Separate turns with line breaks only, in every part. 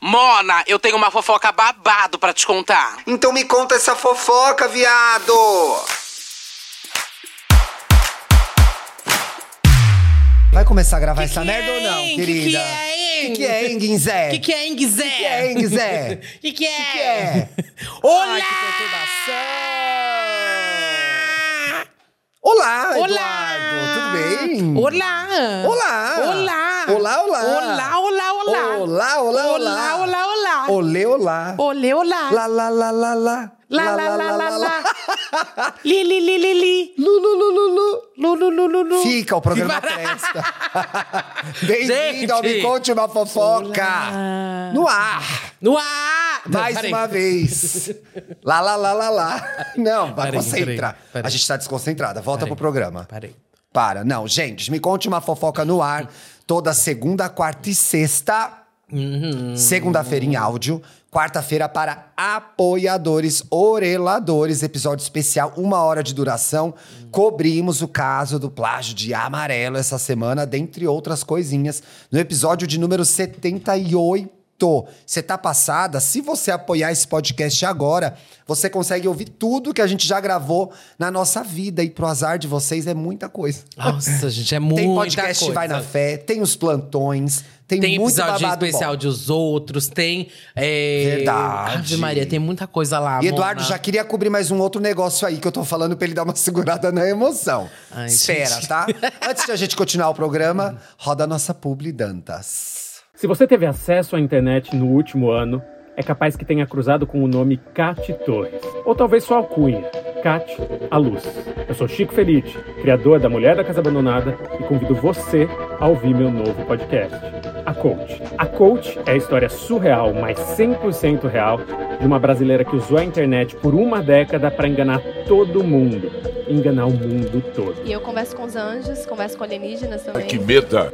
Mona, eu tenho uma fofoca babado pra te contar.
Então me conta essa fofoca, viado!
Vai começar a gravar essa
que
merda
é,
ou não,
hein? Que
querida?
que é, hein?
Que que é, hein, Guinzé?
O que, que é, hein, Guizé?
que é, hein,
O
Guizé?
que, que
Que que
é?
é?
Olá!
Ai, que perturbação! Olá, Eduardo! Tudo bem?
Olá!
Olá!
Olá!
Olá, olá!
Olá, olá, olá!
Olá, olá, olá!
Olá, olá, olá!
Olê, olá!
Olê, olá!
Lá, lá, lá, lá, lá!
Lá, lá, lá, lá, lá! Li, li, li, li, li!
Lu, lu, lu, lu, lu!
Lu, lu, lu, lu, lu.
Fica o programa presta. Bem-vindo ao Me
Gente!
Conte Uma Fofoca.
Olá.
No ar,
No ar! Não,
mais
peraí.
uma vez. Lá, lá, lá, lá, lá. Não, vai,
Peraí,
concentra.
peraí, peraí.
A gente tá desconcentrada, volta
Peraí,
pro programa.
peraí.
Para, não, gente, Me Conte Uma Fofoca no ar, toda segunda, quarta e sexta.
Uhum.
Segunda-feira em áudio, quarta-feira para apoiadores, oreladores, episódio especial, uma hora de duração. Cobrimos o caso do plágio de amarelo essa semana, dentre outras coisinhas, no episódio de número 78. Você tá passada? Se você apoiar esse podcast agora, você consegue ouvir tudo que a gente já gravou na nossa vida. E pro azar de vocês é muita coisa.
Nossa, gente, é muita
Tem podcast
coisa.
Vai na Fé, tem os plantões, tem,
Tem
muito
episódio
babado
especial
bom.
de Os Outros, tem... É...
Verdade.
Ave Maria, tem muita coisa lá,
E Eduardo
Mona.
já queria cobrir mais um outro negócio aí que eu tô falando pra ele dar uma segurada na emoção.
Ai,
Espera,
gente.
tá? Antes de a gente continuar o programa, roda a nossa publi Dantas.
Se você teve acesso à internet no último ano, é capaz que tenha cruzado com o nome Cat Torres, ou talvez sua alcunha, Cat a Luz. Eu sou Chico Felite, criador da Mulher da Casa Abandonada, e convido você a ouvir meu novo podcast, A Coach. A Coach é a história surreal, mas 100% real, de uma brasileira que usou a internet por uma década para enganar todo mundo, enganar o mundo todo.
E eu converso com os anjos, converso com alienígenas também.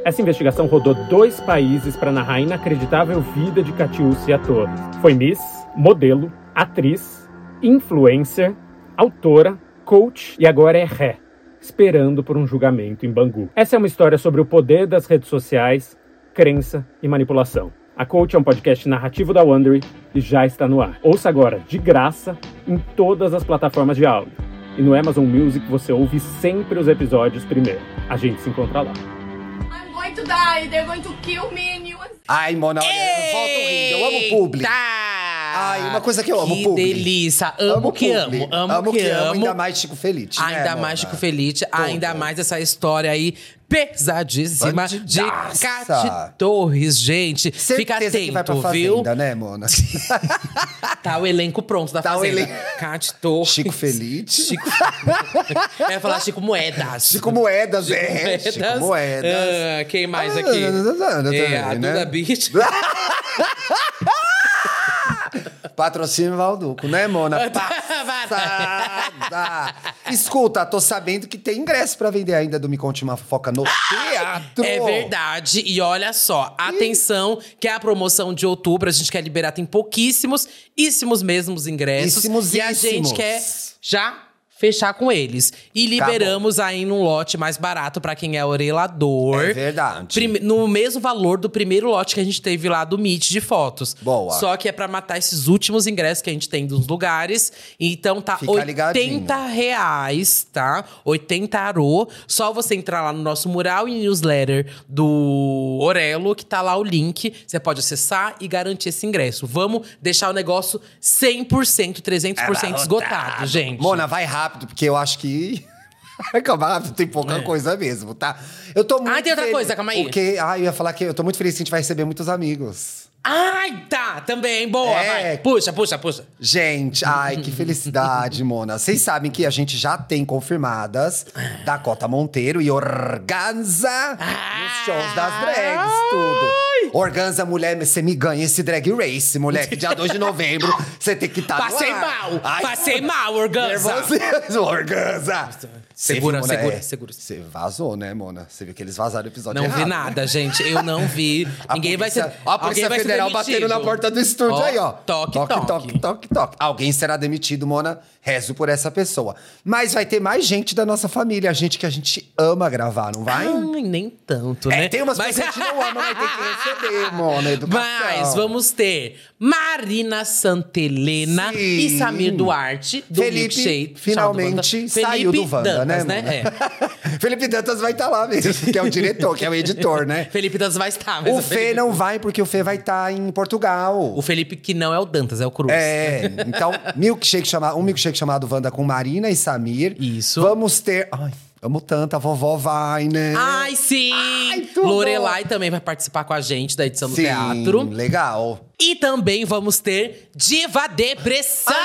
Essa investigação rodou dois países para narrar a inacreditável vida de Catiúcia Torres. Foi Miss, modelo, atriz, influencer, autora, coach e agora é ré, esperando por um julgamento em Bangu. Essa é uma história sobre o poder das redes sociais, crença e manipulação. A Coach é um podcast narrativo da Wondery e já está no ar. Ouça agora, de graça, em todas as plataformas de áudio. E no Amazon Music você ouve sempre os episódios primeiro. A gente se encontra lá.
I'm going to die, they're going to kill me and you.
Ai, Mona, olha, eu volto rindo. Eu amo publi.
Eita!
Ai, uma coisa que eu amo,
Que
publi.
delícia. Amo, que
publi.
amo. Amo, que, amo.
Ainda mais Chico Felite. né,
Ainda
Mona?
mais Chico Felite, ainda mais essa história aí pesadíssima
Bandidaça.
de Cate Torres, gente.
Certeza
Fica
que vai
atento,
pra fazenda,
viu?
né, Mona?
Tá o elenco pronto da
Tá o
Fazenda.
elenco.
Cate Torres.
Chico Felite.
Chico... Eu ia falar Chico Moedas.
Chico Moedas, é. Chico Moedas.
Ah, quem mais
Ah,
aqui?
não, não, não, não,
é, a
também, né?
Duda Beat.
Patrocínio Valduco, né, Mona? Passada! Escuta, tô sabendo que tem ingresso pra vender ainda do Me Conte Uma Fofoca no teatro.
É verdade. E olha só, atenção, que é a promoção de outubro. A gente quer liberar, tem pouquíssimos, íssimos mesmos ingressos.
Íssimos,
e a gente
íssimos.
quer já fechar com eles. E liberamos aí num lote mais barato pra quem é orelador.
É verdade.
Prime- no mesmo valor do primeiro lote que a gente teve lá do Meet de fotos.
Boa.
Só que é pra matar esses últimos ingressos que a gente tem dos lugares. Então tá
Fica
80
ligadinho.
reais, tá? 80 arô. Só você entrar lá no nosso mural e newsletter do Orelo, que tá lá o link. Você pode acessar e garantir esse ingresso. Vamos deixar o negócio 100%, 300% esgotado, gente.
É, tá Mona, vai rápido, porque eu acho que. calma rápido, tem pouca coisa mesmo, tá? Eu tô muito.
É. Ah, tem outra
feliz,
coisa, calma aí.
Porque, ai, eu ia falar que eu tô muito feliz que a gente vai receber muitos amigos.
Ai, tá! Também, boa,
É.
vai. Puxa, puxa, puxa.
Gente, ai, que felicidade, Mona. Vocês sabem que a gente já tem confirmadas Dakota Monteiro e Organza nos shows das drags, tudo. Organza, mulher, você me ganha esse drag race, moleque. Dia 2 de novembro, você tem que estar tá no
Passei
ar.
mal!
Ai,
Passei mal, Organza!
Nervoso, Organza.
Segura,
Você viu,
segura,
É,
segura.
Você vazou, né, Mona? Você viu que eles vazaram o episódio
Não
errado.
vi nada, gente. Eu não vi.
A
Ninguém
polícia-
vai ser.
Ó, a
alguém
Polícia
vai ser
Federal
demitido.
batendo na porta do estúdio aí, ó.
Toque,
toque,
toque.
toque, toque, toque. Alguém será demitido, Mona. Rezo por essa pessoa. Mas vai ter mais gente da nossa família, gente que a gente ama gravar, não vai?
Ai, nem tanto, né?
É, tem umas
Mas-
pessoas que a gente não ama, mas tem que CD, mona, educação.
Mas vamos ter Marina Santelena
Sim.
e Samir Duarte do
Felipe
Milkshake.
finalmente
Tchau, do Wanda.
saiu do
Felipe
Wanda,
Dantas,
né?
né?
mona? Felipe Dantas vai estar lá mesmo, que é o diretor, que é o editor, né?
Felipe Dantas vai estar. mas é
O Fê
Felipe-
não vai, porque o Fê vai estar em Portugal.
O Felipe que não é o Dantas, é o Cruz.
É, então, milkshake chama, um milkshake chamado Wanda com Marina e Samir.
Isso.
Vamos ter. Ai, amo tanto, a vovó vai, né?
Ai, sim!
tudo!
Lorelai também vai participar com a gente da edição do
Sim,
teatro.
Legal.
E também vamos ter Diva Depressão!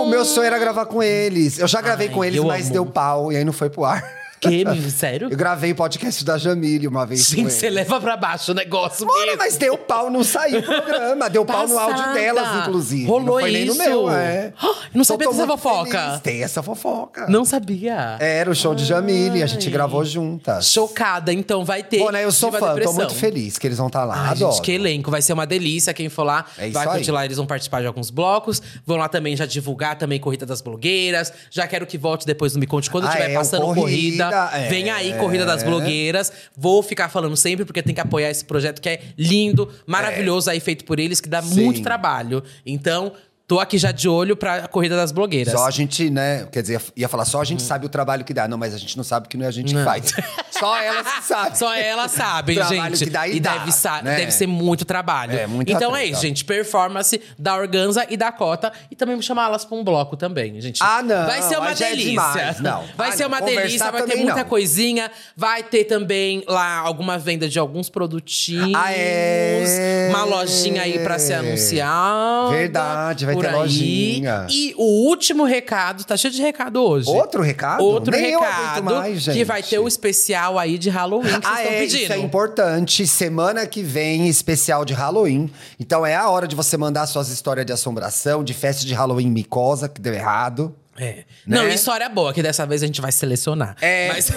O meu sonho era gravar com eles. Eu já gravei
Ai,
com eles,
eu
mas
amo.
deu pau e aí não foi pro ar.
Que, meu, sério?
Eu gravei podcast da Jamile uma vez. com
Gente, você
eles.
leva pra baixo o negócio
Mano,
mesmo.
mas deu pau, não saiu o programa. Deu pau no áudio
Passada.
delas, inclusive.
Rolou
não foi nem no
isso.
meu, é.
Ah, não sabia
Eu tô
dessa
muito
fofoca.
feliz. É. Tem essa fofoca.
Não sabia.
Era o show de Jamile, a gente
Ai.
gravou juntas.
Chocada, então vai ter.
Bom, né? Eu sou
Diva
fã, tô
Depressão.
muito feliz que eles vão estar lá.
Ai,
Adoro.
gente, que elenco. Vai ser uma delícia. Quem for lá
É isso
vai
aí.
continuar. Eles vão participar de alguns blocos. Vão lá também já divulgar também Corrida das Blogueiras. Já quero que volte depois do Me Conte. Quando
Ah,
estiver
é, o
passando corrida,
Corrida, é.
vem aí Corrida das Blogueiras. Vou ficar falando sempre, porque tem que apoiar esse projeto que é lindo, maravilhoso aí, feito por eles, que dá
Sim.
muito trabalho. Então, tô aqui já de olho pra Corrida das Blogueiras.
Só a gente, né? Quer dizer, ia falar, só a
Uhum.
gente sabe o trabalho que dá. Não, mas a gente não sabe que não é a gente que faz. Só elas que sabem.
Só eela sabe,
Trabalho
gente.
que dá e
e
dá,
deve, sa-
né?
deve ser muito trabalho.
É, muita
então é
treta.
isso, gente. Performance da Organza e da Cota. E também vou chamar elas pra um bloco também, gente.
Ah, não,
Vai ser uma
aí já é
delícia.
demais, não.
Vai
Ah,
ser uma
não, conversar
delícia, vai ter
também
muita
não.
coisinha. Vai ter também lá alguma venda de alguns produtinhos.
Ah, é.
Uma lojinha aí pra se anunciar.
Verdade, vai
por
ter
aí.
lojinha.
E o último recado, tá cheio de recado hoje.
Outro recado?
Outro
Nem eu
recado
aguento mais, gente.
que vai ter o especial aí de Halloween que
Ah,
vocês estão
é,
pedindo.
isso é importante. Semana que vem, especial de Halloween. Então é a hora de você mandar suas histórias de assombração, de festa de Halloween micosa, que deu errado.
É.
Né?
Não, história boa, que dessa vez a gente vai selecionar.
É.
Mas-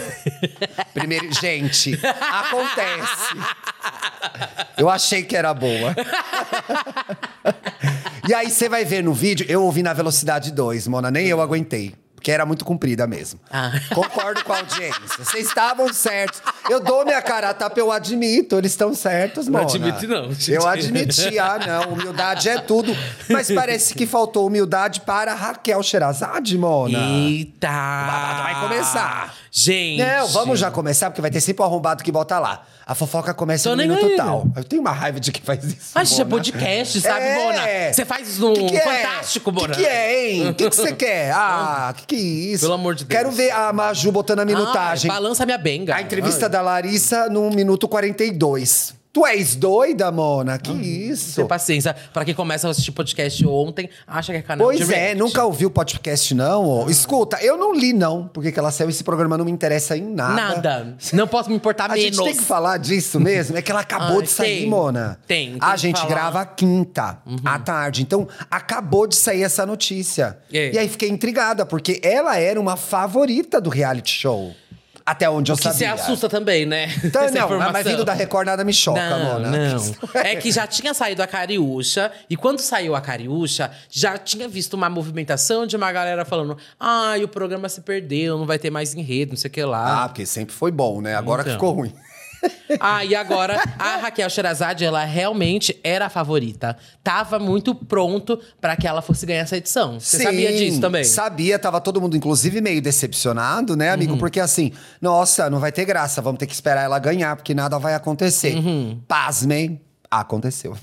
Primeiro, gente, acontece. Eu achei que era boa. e aí você vai ver no vídeo, eu ouvi na velocidade 2, Mona, nem eu aguentei. Porque era muito comprida mesmo.
Ah.
Concordo com a audiência. Vocês estavam certos. Eu dou minha cara a tapa, eu admito. Eles estão certos,
Não
Mona.
admito não, gente.
Eu admiti. Ah, não. Humildade é tudo. Mas parece que faltou humildade para Raquel Sherazade, Mona.
Eita!
babado vai começar.
Gente.
Não, vamos já começar, porque vai ter sempre o arrombado que bota lá. A fofoca começa
Tô
no
nem
minuto
aí.
tal. Eu tenho uma raiva de quem faz isso.
A gente é
Mona.
podcast, sabe,
É.
Bona? Você faz isso no
Que que é?
um Fantástico, Bona.
Que que é, hein? O que que você quer? Ah, que que é isso?
Pelo amor de Deus.
Quero ver a Maju botando a
Ai,
minutagem.
balança minha benga.
a entrevista da Larissa no minuto 42. Tu és doida, Mona? Que isso?
Tem paciência. Pra quem começa a assistir podcast ontem, acha que é canal de
Pois é,
react.
nunca ouviu podcast, não? ô?
Ah.
Escuta, eu não li, não, porque que ela saiu esse programa não me interessa em
Nada. Não posso me importar
A
menos.
gente tem que falar disso mesmo? É que ela acabou
Ai,
de sair,
tem.
Mona.
Tem, tem
A
que
gente
falar. Uhum.
grava quinta, à tarde. Então, acabou de sair essa notícia.
É.
E aí fiquei intrigada, porque ela era uma favorita do reality show. Até onde eu
Que
sabia.
se assusta também, né?
Então,
Essa
não,
informação.
mas vindo da Record nada me choca,
não,
Mona.
não. É que já tinha saído a Cariúcha, e quando saiu a Cariúcha, já tinha visto uma movimentação de uma galera falando: ai, o programa se perdeu, não vai ter mais enredo, não sei o que lá.
Ah, porque sempre foi bom, né? Agora que
Então.
ficou ruim.
Ah, e agora a Raquel Sherazade, ela realmente era a favorita. Tava muito pronto pra que ela fosse ganhar essa edição. Você
Sim,
sabia disso também?
Sabia, tava todo mundo, inclusive, meio decepcionado, né, amigo?
Uhum.
Porque assim, nossa, não vai ter graça, vamos ter que esperar ela ganhar, porque nada vai acontecer.
Uhum.
Pasmem, aconteceu.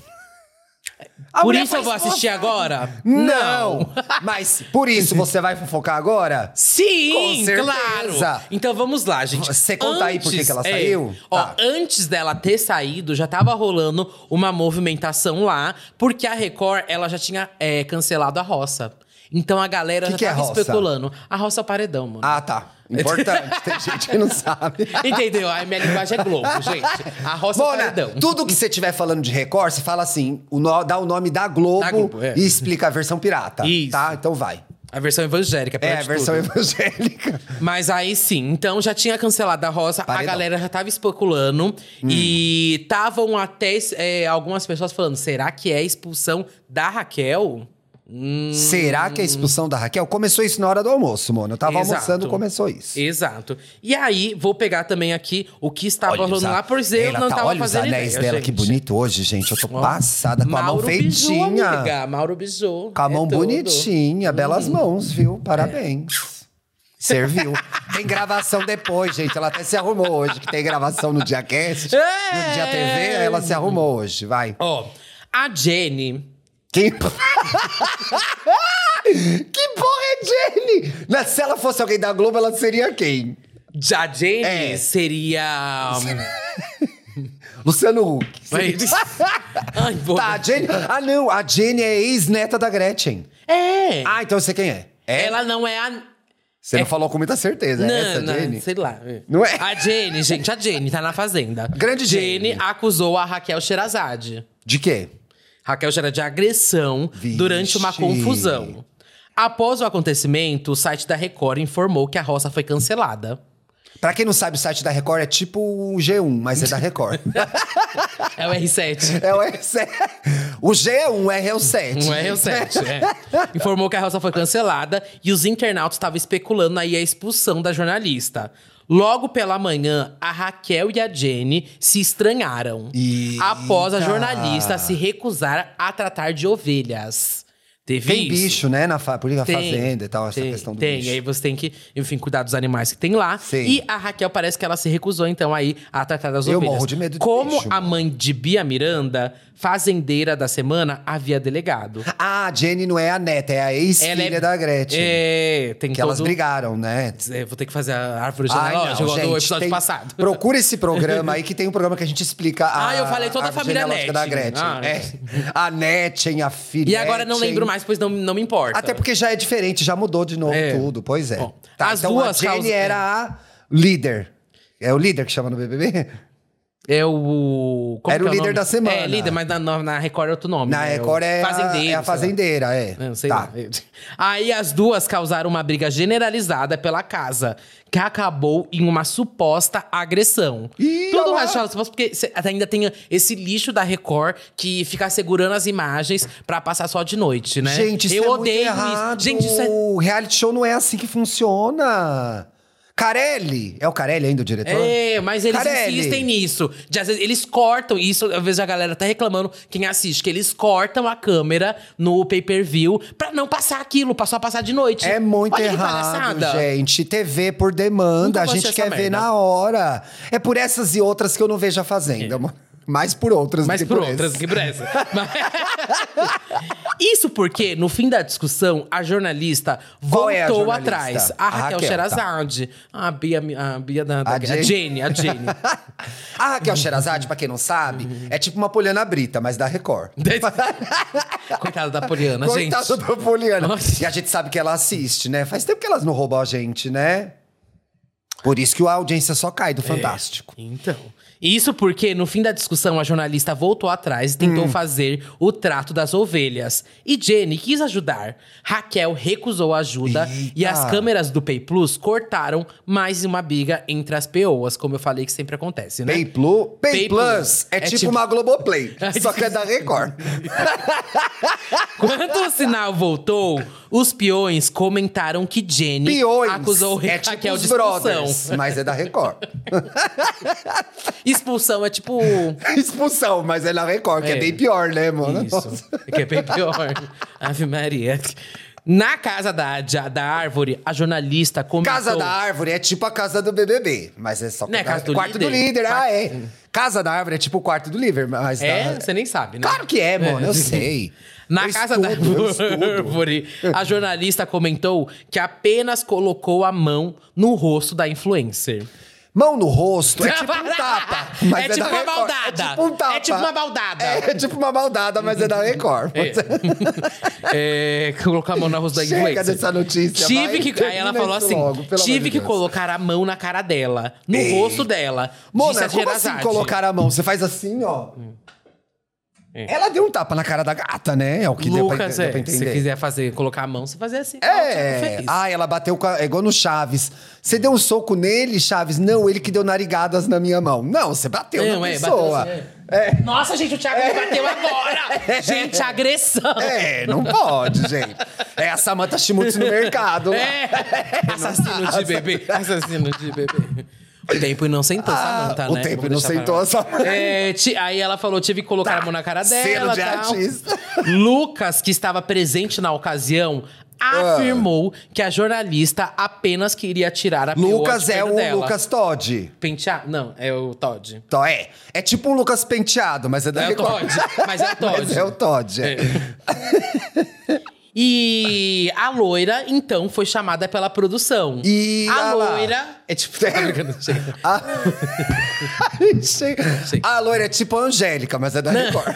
A
Por
mulher
isso eu
faz
vou assistir agora?
Não! Mas por isso você vai fofocar agora?
Sim,
Com certeza.
claro. Então vamos lá, gente. é,
Você conta aí por que que ela saiu?
Ó,
Tá.
antes dela ter saído, já tava rolando uma movimentação lá, porque a Record ela já tinha é, cancelado a roça. Então a galera
Que
já
que é
tava
roça?
especulando. A roça é o paredão, mano.
Ah, tá. Importante. Tem gente que não sabe.
Entendeu? A minha linguagem é globo, gente. A roça é o
Mona,
paredão.
tudo que você estiver falando de Record, você fala assim, o no- dá o nome da Globo,
Da Globo, é.
e explica a versão pirata.
Isso.
Tá? Então vai.
A versão evangélica,
É,
pior
a
de
versão
tudo.
evangélica.
Mas aí sim, então já tinha cancelado a rosa, a
Paredão.
galera já tava especulando
Hum.
e estavam até é, algumas pessoas falando: será que é expulsão da Raquel?
Será que a expulsão da Raquel começou isso na hora do almoço, mano? Eu tava
Exato.
almoçando, começou isso.
Exato. E aí, vou pegar também aqui o que estava
Olha os
rolando
a-
lá, pois eu
Ela
não
tá-
tava
olha
fazendo
os anéis
ideia,
dela,
gente.
que bonito hoje, gente. Eu tô
Ó.
passada, com a mão
Mauro bijou,
feitinha.
amiga. Mauro bijou.
com a
É
mão
tudo. Hum.
bonitinha, belas mãos, viu?
É.
Parabéns. Serviu. tem gravação depois, gente. Ela até se arrumou hoje, que tem gravação no dia cast,
É.
no dia TV, ela se arrumou hoje, vai.
Ó, a Jenny.
Quem... que porra é Jenny? Mas se ela fosse alguém da Globo, ela seria quem?
A Jenny
É.
seria.
Luciano Huck.
Vai- Ai, vou...
Tá, a Jenny... Ah, não, a Jenny é ex-neta da Gretchen.
É.
Ah, então eu sei quem é. É?
Ela não é a.
Você não falou com muita certeza, é essa,
Nana,
Jenny?
sei lá.
Não é?
A Jenny, gente, a Jenny tá na fazenda.
Grande Jenny.
acusou a Raquel Sherazade.
De quê?
Raquel gera de agressão
Vixe.
durante uma confusão. Após o acontecimento, o site da Record informou que a roça foi cancelada.
Pra quem não sabe, o site da Record é tipo o G1, mas é da Record.
É o R7.
é o R7. O G1, R é o 7.
Não é o 7, é. Informou que a roça foi cancelada e os internautas estavam especulando aí a expulsão da jornalista. Logo pela manhã, a Raquel e a Jenny se estranharam.
Eita.
Após a jornalista se recusar a tratar de ovelhas. Teve
Tem
isso.
bicho, né? Na fa... Por isso a
Tem,
fazenda e tal, essa
tem,
questão do
tem.
bicho.
Aí você tem que, enfim, cuidar dos animais que tem lá.
Sim.
E a Raquel parece que ela se recusou, então, aí, a tratar das
Eu
ovelhas.
morro de medo de
Como
bicho,
a mãe de Bia Miranda, fazendeira da semana, havia delegado.
Ah, a Jenny não é a neta, é a ex-filha da Gretchen.
É, tem
Que
todo...
elas brigaram, né?
É, Vou ter que fazer a árvore
Ai, não,
genealógica, igual do
gente,
episódio
tem-
passado.
Procura esse programa aí, que tem um programa que a gente explica a
Ah, eu falei toda a
árvore
família
genealógica da
Netin.
Gretchen.
Ah,
É. A Netin, a filha.
E agora não lembro mais, pois não, não me importa.
Até porque já é diferente, já mudou de novo
É.
tudo, pois é.
Bom,
Tá,
as
então
duas
a Jenny
causas-
era a líder. É o líder que chama no BBB?
É o... como
Era
que
o
é
líder
nome?
da semana.
É, líder, mas na, na- na Record é outro nome. né?
Na
o né?
Record é, a-
Fazendeiro,
é a
sei lá.
fazendeira, é.
Né, Não sei
tá.
lá. Aí as duas causaram uma briga generalizada pela casa, que acabou em uma suposta agressão.
Ih,
Tudo
olha
mais
lá.
suposta, suposto, porque cê- ainda tem esse lixo da Record que fica segurando as imagens pra passar só de noite, né?
Gente, isso é muito errado.
isso. Gente, isso é.
O reality show não é assim que funciona. Carelli. É o Carelli ainda o diretor?
É, mas eles
Carelli.
insistem nisso. De, às vezes eles cortam isso, às vezes a galera tá reclamando, quem assiste, que eles cortam a câmera no pay-per-view pra não passar aquilo, pra só passar de noite.
É muito
Olha que
errado,
palhaçada.
gente. TV por
Nunca
demanda, a
vou
gente
assistir
quer
essa
ver
merda.
na hora. É por essas e outras que eu não vejo a Fazenda. mano. Mais por outras
Mas
do que
por
essa.
outras, que por essa. Mas- Isso porque, no fim da discussão, a jornalista
Qual é a
voltou
jornalista?
atrás.
A
A Raquel,
Raquel, tá.
Sherazade. A Bia, a Bia da, da-
A
a,
Jenny.
Jenny, a Jenny.
a Raquel é Sherazade, pra quem não sabe, é tipo uma Poliana Brita, mas da Record.
Coitada da Poliana,
Coitada
gente.
da Poliana.
Nossa.
E a gente sabe que ela assiste, né? Faz tempo que elas não roubam a gente, né? Por isso que a audiência só cai
É,
do Fantástico.
Então. Isso porque, no fim da discussão, a jornalista voltou atrás e
Hum.
tentou fazer o trato das ovelhas. E Jenny quis ajudar. Raquel recusou a ajuda e
Eita.
as câmeras do Pay Plus cortaram mais uma briga entre as peoas, como eu falei que sempre acontece, né?
Pay, Plu, Pay,
Pay
Plus,
Plus.
é,
É
tipo,
tipo-
uma Globoplay, só que é da Record.
Quando o sinal voltou, os peões comentaram que Jenny
Piões,
acusou
é
Raquel
tipo os
de expulsão.
Brothers, mas é da Record.
Expulsão é tipo.
Expulsão, mas é da Record, que é,
É.
bem pior, né, mano?
Isso. Que é bem pior. Ave Maria. Na casa da, da, da árvore, a jornalista comentou.
Casa da Árvore é tipo a casa do BBB, mas é só
Não é
da-
casa do
quarto do
líder?
líder, ah,
Quarto-
é. Casa da Árvore é tipo o quarto do líder, mas
É,
da-
você nem sabe, né?
Claro que é, mano, eu sei.
Na
Eu
casa
estudo, eu estudo.
da árvore, a jornalista comentou que apenas colocou a mão no rosto da influencer.
Mão no rosto é tipo um tapa. Mas
É
da
tipo uma
Record.
baldada.
É tipo um tapa.
É tipo uma baldada.
É, é tipo uma baldada, mas é da Record.
É, colocar a mão na rosto da
Chega
influencer.
dessa notícia, vai,
Tive que, aí
termina
ela falou
isso
assim:
logo, pelo amor de
tive que
Deus."
colocar a mão na cara dela, no rosto dela. disse
Mona,
a
como assim
Sherazade.
colocar a mão? Você faz assim, ó. Ela deu um tapa na cara da gata, né? É o que deu pra,
É. Lucas,
deu
é,
pra
se
entender.
quiser fazer, colocar a mão, você fazer assim. tá ótimo,
É.
feliz.
Ah, ela bateu com a, é igual no Chaves. Você deu um soco nele, Chaves? Não, ele que deu narigadas na minha mão. Não, você bateu
Não,
na
é, bateu
pessoa.
assim, é. Nossa, gente, o Thiago me bateu agora! Gente, agressão!
É, não pode, gente. É a Samantha Schmutz no mercado.
É. Assassino de bebê. Assassino de bebê. O tempo inocentou a
Ah,
Samanta,
o
né?
tempo
Vamos deixar
inocentou
pra-
a Samanta.
É, ti- aí ela falou, tive que colocar a mão na cara dela. tá?
Tá. Selo de
tal.
artista.
Lucas, que estava presente na ocasião,
Ah.
afirmou que a jornalista apenas queria tirar a pior
Lucas
de
é
perto
o
dela.
Lucas Todd.
Penteado? Não, é o Todd.
Então, é. É tipo um Lucas penteado, mas é da
É o
Record.
Todd, mas é o Todd.
Mas é o Todd. é.
E a loira, então, foi chamada pela produção.
E
a
ah lá.
loira. É tipo, tá brincando, chega.
A... Ai, chega. A loira é tipo a Angélica, mas é da
Eu
Record.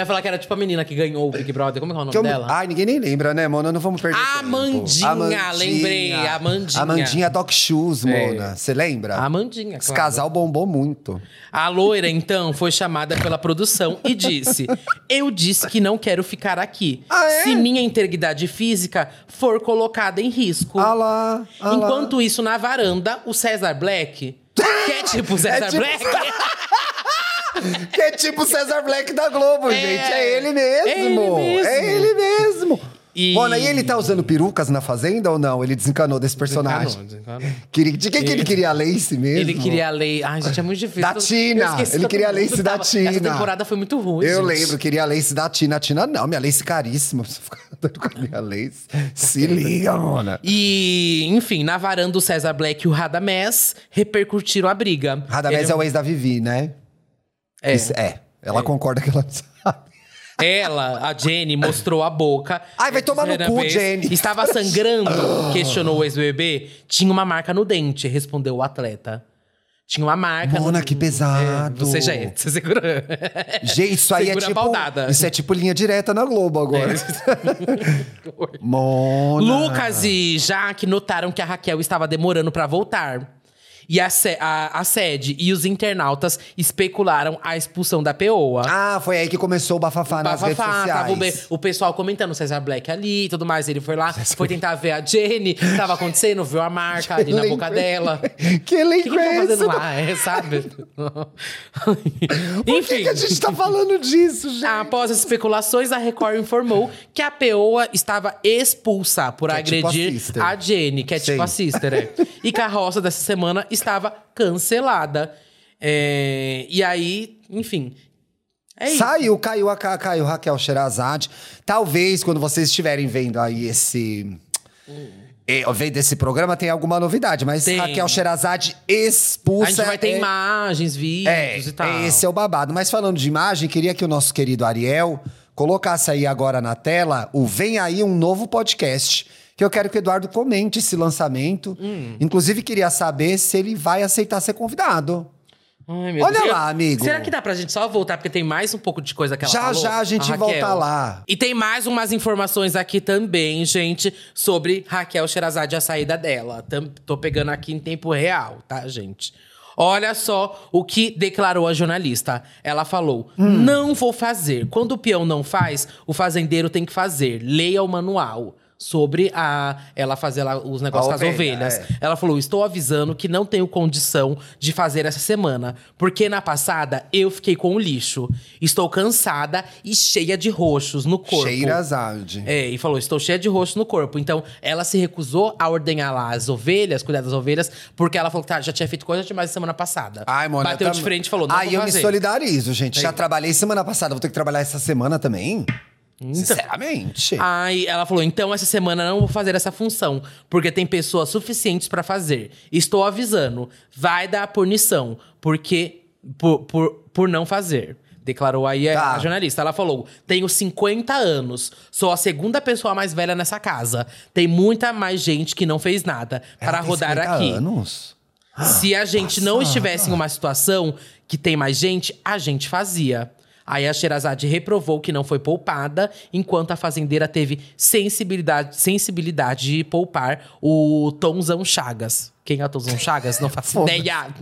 ia falar que era tipo a menina que ganhou o Big Brother. Como é que é o nome
Que eu-
dela?
Ai, ninguém nem lembra, né, Mona? Não vamos perder tempo.
Amandinha, lembrei, Amandinha. É.
Amandinha Doc Shoes, Mona. Você lembra?
A Amandinha,
Esse
claro.
casal bombou muito.
A loira, então, foi chamada pela produção e disse: Eu disse que não quero ficar aqui.
Ah, é?
Se minha integridade física for colocada em risco.
Ah lá, ah lá.
Enquanto isso, na varanda, o César Black. Que é tipo o César
tipo-
Black.
Que é tipo o César Black da Globo, gente. É ele mesmo.
É ele mesmo.
É ele mesmo.
E-
Mona, e ele tá usando perucas na Fazenda ou não? Ele desencanou desse personagem.
Desencanou, desencanou.
Queria- De quem que ele queria? Lace mesmo?
Ele queria a lei. Ai, gente, é muito difícil.
Da
Eu
Tina.
esqueci
Ele queria a
todo mundo
Lace da
tava- Essa
Tina.
temporada foi muito ruim.
Eu
gente.
lembro, queria a lace da Tina. A Tina não, minha lace é caríssima. Preciso ficar andando com a minha lace. Se liga, Mona.
E, enfim, na varanda, o César Black e o Radamés repercutiram a briga.
Radamés
Ele- um
é o ex da Vivi, né?
É.
Isso- é. Ela concorda que ela não sabe.
Ela, a Jenny, mostrou a boca.
Ai, vai tomar no
Primeira
cu, Jenny.
Estava sangrando, questionou o ex-bebê. Tinha uma marca no dente, respondeu o atleta. Tinha uma marca.
Mona,
no...
que pesado.
é. Você já é, você segurou.
Gente, isso aí
Segura
é
a
tipo.
baldada.
Isso é tipo linha direta na Globo agora. Mona.
É. Lucas e Jaque notaram que a Raquel estava demorando para voltar. E a, se- a- a sede e os internautas especularam a expulsão da POA.
Ah, foi aí que começou o bafafá, Ah, nas redes
Bafafá, tá, tava o,
sociais.
be- o pessoal comentando o César Black ali e tudo mais. Ele foi lá, foi tentar ver a Jenny, que tava acontecendo, viu a marca Tá ali na boca
Lembrei-
dela.
Que
O que, que tá
lembrança.
fazendo
do-
lá? É, sabe?
Por que,
Enfim.
que a gente tá falando disso, gente?
Após as especulações, a Record informou que a Peoa estava expulsa por
Que é tipo a
agredir
sister.
a, Jenny, que é
Sim.
tipo a sister, é. E que a roça dessa semana estava cancelada. É, E aí, enfim. É isso.
Saiu, caiu a Ca- caiu Raquel Sherazade. Talvez quando vocês estiverem vendo aí esse eh, vendo esse programa tem alguma novidade, mas
Tem.
Raquel Sherazade
A
expulsa
gente vai ter
é-
imagens, vídeos
é,
e tal.
esse é o babado. Mas falando de imagem, queria que o nosso querido Ariel colocasse aí agora na tela o Vem Aí um Novo Podcast. Que eu quero que o Eduardo comente esse lançamento.
Hum.
Inclusive, queria saber se ele vai aceitar ser convidado.
Ai, meu
Olha
Deus.
lá, amigo.
Será que dá pra gente só voltar? Porque tem mais um pouco de coisa que ela
já
falou.
já a gente
Raquel.
volta lá.
E tem mais umas informações aqui também, gente, sobre Raquel Sherazade e a saída dela. Tam- tô pegando aqui em tempo real, tá, gente? Olha só o que declarou a jornalista. Ela falou:
Hum.
Não vou fazer. Quando o peão não faz, o fazendeiro tem que fazer. Leia o manual. Sobre a ela fazer lá os negócios
A
com as
ovelha,
ovelhas.
é.
Ela falou: Estou avisando que não tenho condição de fazer essa semana, porque na passada eu fiquei com o lixo. Estou cansada e cheia de roxos no corpo.
Cheirazade.
É, e falou: Estou cheia de roxo no corpo. Então, ela se recusou a ordenhar lá as ovelhas, cuidar das ovelhas, porque ela falou que tá, já tinha feito coisa demais semana passada.
Ai, mano,
Bateu
eu
de
tam-
frente e falou: Não,
Aí
vou
eu
fazer.
me solidarizo, gente. Já trabalhei semana passada, vou ter que trabalhar essa semana também?
Então.
Sinceramente.
Aí ela falou: então essa semana não vou fazer essa função, porque tem pessoas suficientes pra fazer. Estou avisando, vai dar punição, porque por, por, por não fazer. Declarou aí a-
Tá.
a jornalista. Ela falou: tenho 50 anos, sou a segunda pessoa mais velha nessa casa. Tem muita mais gente que não fez nada
Ela
para
tem
rodar
50
aqui.
Anos?
Se a gente não estivesse em uma situação que tem mais gente, a gente fazia. Aí a Sherazade reprovou que não foi poupada, enquanto a fazendeira teve sensibilidade, sensibilidade de poupar o Tomzão Chagas. Quem é o Tonzão Chagas? Não faço
Foda-se.
ideia.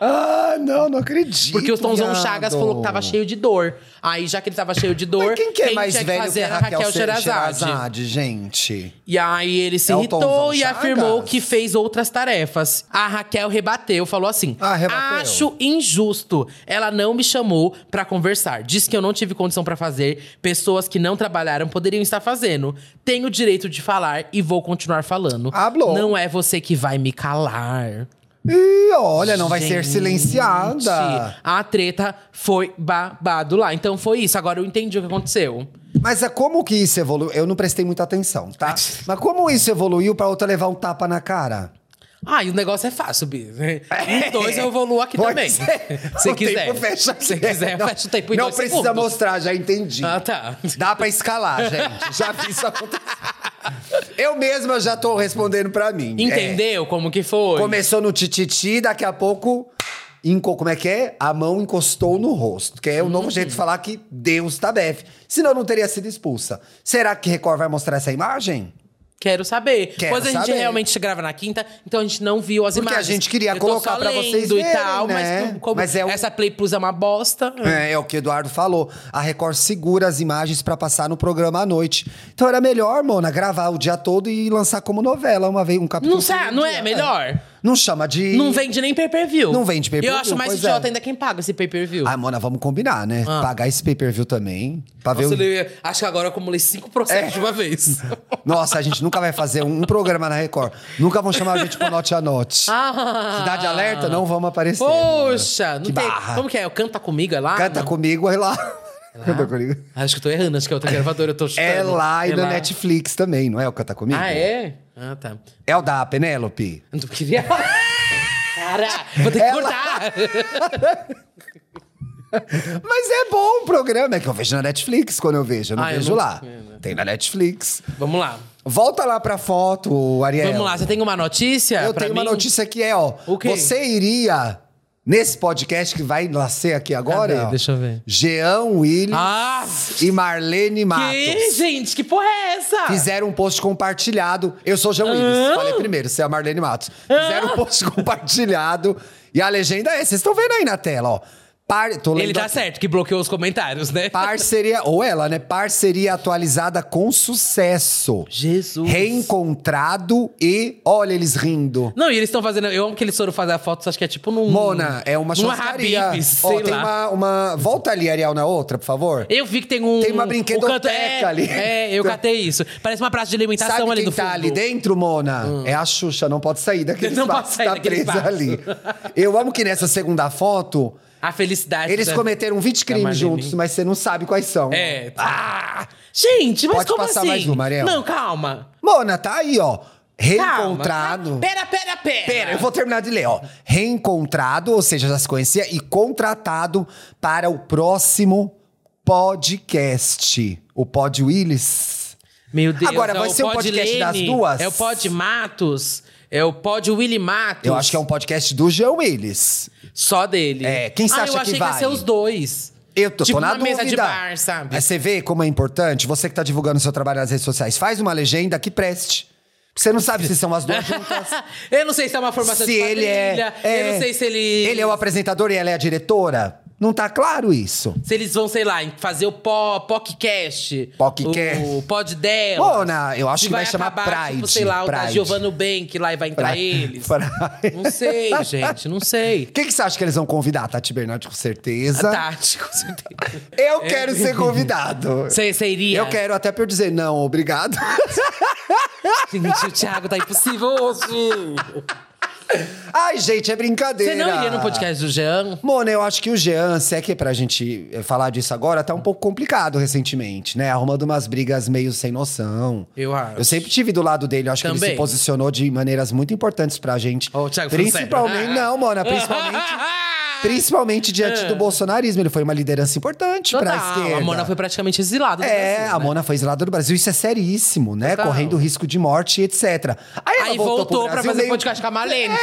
Ah, não, não acredito.
Porque o Tonzão
viado.
Chagas falou que tava cheio de dor. Aí, já que ele tava cheio de dor,
Mas quem que é mais
tinha
velho
fazer
que
era
a Raquel,
Sherazade.
Sherazade, gente?
E aí ele se
É o
irritou
Tonzão
e
Chagas?
afirmou que fez outras tarefas. A Raquel rebateu, falou assim:
Ah, rebateu.
Acho injusto. Ela não me chamou pra conversar. Disse que eu não tive condição pra fazer. Pessoas que não trabalharam poderiam estar fazendo. Tenho o direito de falar e vou continuar falando.
Hablou.
Não é você que vai me calar.
Ih, olha, não vai ser
Gente,
silenciada.
A treta foi babado lá. Então foi isso. Agora eu entendi o que aconteceu.
Mas é como que isso evoluiu? Eu não prestei muita atenção, tá? Mas como isso evoluiu pra outra levar um tapa na cara?
Ah, e o negócio é fácil, Bi. Em dois eu evoluo aqui
É. Pode
também.
ser.
Se
é. O
quiser.
tempo fecha aqui.
Se quiser,
Não-
fecha o tempo em
Não
dois
precisa
segundos.
mostrar, já entendi.
Ah, tá.
Dá pra escalar, gente. Já vi isso acontecer. Eu mesma já tô respondendo pra mim. É.
Entendeu como que foi?
Começou no tititi, daqui a pouco. Enco, como é que é? A mão encostou no rosto. Que é o
Hum.
novo jeito de falar que Deus tá bef. Senão não teria sido expulsa. Será que Record vai mostrar essa imagem?
Quero saber.
Quero
Pois a gente
saber.
realmente grava na quinta, então a gente não viu as
Porque a
imagens.
gente queria
Eu tô
colocar
só
pra vocês
lendo
verem,
e tal,
né?
mas como
Mas é o-
essa Play Plus é uma bosta.
É, é o que o Eduardo falou. A Record segura as imagens pra passar no programa à noite. Então era melhor, Mona, gravar o dia todo e lançar como novela uma vez, um capítulo.
Não, sa-
por
não
dia.
é melhor?
Não chama de.
Não vende nem pay-per-view.
Não vende pay-per-view,
Eu acho mais
pois
idiota
é.
ainda quem paga esse pay-per-view.
Ah, Mona, vamos combinar, né?
Ah.
Pagar esse pay-per-view também. Pra
Nossa,
ver o...
eu- Acho que agora eu acumulei cinco
É.
processos de uma vez.
Nossa, a gente nunca vai fazer um, um programa na Record. Nunca vão chamar a gente pro Note a Note.
Ah.
Cidade Alerta, não vamos aparecer.
Poxa,
Mona.
não
que
tem.
né? barra.
Como que é? O Canta Comigo é lá?
Canta
Não.
comigo, é lá. Canta comigo.
Acho que eu tô errando, acho que é outra gravadora, eu tô chutando.
É lá e
É
na Netflix também, não é o Canta Comigo?
Ah, é? Ah, tá.
É o da Penélope.
Eu Não queria. Cara, vou ter que
Ela-
cortar.
Mas é bom o programa, é que eu vejo na Netflix quando eu vejo, eu não
Ah, eu
vejo
não-
lá.
É, né?
Tem na Netflix.
Vamos lá.
Volta lá pra foto, Ariel.
Vamos lá, você tem uma notícia?
É. Eu
pra
tenho uma
mim?
notícia que é, ó.
O quê?
Você iria nesse podcast que vai nascer aqui agora?
Cadê?
ó,
Deixa eu ver.
Jean Willis
Ah!
e Marlene Matos.
Que, gente, que porra é essa?
Fizeram um post compartilhado. Eu sou João Willis.
Ah!
Falei primeiro, você é a Marlene Matos. Fizeram um post compartilhado. E a legenda é, vocês estão vendo aí na tela, ó. Par... Tô lendo
Ele tá
aqui.
certo, que bloqueou os comentários, né?
Parceria, ou ela, né? Parceria atualizada com sucesso.
Jesus.
Reencontrado e olha eles rindo.
Não, e eles estão fazendo. Eu amo que eles foram fazer a foto, acho que é tipo num.
Mona, é
numa
uma churrascaria.
Habib's,
Ó,
sei
tem
lá.
uma, uma- Volta ali, Ariel, na outra, por favor.
Eu vi que tem um.
Tem uma
um
brinquedoteca
canto- é,
ali. Então,
É, eu catei isso. Parece uma praça de alimentação
Sabe
ali
quem
do fundo. Hum.
tá ali dentro, Mona? É a Xuxa, não pode sair daquele
Não
espaço.
pode sair
tá
daquele
presa
espaço.
ali. Eu amo que nessa segunda foto,
A felicidade.
eles
da-
cometeram 20 crimes
Marlene.
juntos, mas você não sabe quais são.
É. Ah! Gente, mas
Pode
como
passar
assim?
mais uma, Ariel.
Não, calma.
Mona, tá aí, ó.
Calma. tá
Reencontrado.
Pera, pera, pera.
Pera, eu vou terminar de ler, ó. Reencontrado, ou seja, já se conhecia, e contratado para o próximo podcast. O Pod Willis.
Meu Deus.
Agora,
é
vai
o
ser o
Pod
podcast das
Leme,
duas?
É o Pod Matos. É o Pod Willy Matos.
Eu acho que é um podcast do Jean Willis.
Só dele.
É, quem você
ah,
acha
eu
que
achei que,
vai?
ia ser os dois.
Eu tô,
tipo
tô na
uma
dúvida.
mesa de bar, sabe?
Mas você vê como é importante, você que tá divulgando seu trabalho nas redes sociais, faz uma legenda que preste. Você não sabe se são as duas juntas.
eu não sei se é uma formação
Então, se
de
ele é,
quadrilha.
é.
Eu não sei se ele...
Ele é o apresentador e ela é a diretora. Não tá claro isso.
Se eles vão, sei lá, fazer o po, podcast.
Podcast.
O, o pod dela.
Bona, né, eu acho que vai chamar
acabar, Tipo,
Pride,
sei lá, o da
Pride.
Giovanna Bank lá e vai entrar
Pra-
eles.
pra-
Não sei, gente, não sei.
Quem que você acha que eles vão convidar? Tati Bernardi, com
Ah,
certeza.
Tático, com certeza.
Eu quero ser convidado.
É. Você você iria?
Eu quero até pra eu dizer não, obrigado.
Gente, o Thiago tá impossível hoje.
Ai, gente, é brincadeira.
Você não iria no podcast do Jean?
Mona, eu acho que o Jean, se é que é pra gente eh, falar disso agora, tá um pouco complicado recentemente, né? Arrumando umas brigas meio sem noção.
Eu acho.
Eu sempre tive do lado dele, eu acho que ele
Também.
se posicionou de maneiras muito importantes pra gente.
Ó, o Thiago falando sério.
principalmente, não, Mona, principalmente, principalmente diante do bolsonarismo. Ele foi uma liderança importante pra
Ah. Total,
esquerda.
a Mona foi praticamente exilada. do
É,
Brasil,
a
né?
Mona foi exilada do Brasil. Isso é seríssimo, né?
Total.
Correndo risco de morte, etc. Aí, ela
Aí
voltou,
voltou
pro
pra
Brasil,
fazer podcast com a Malene.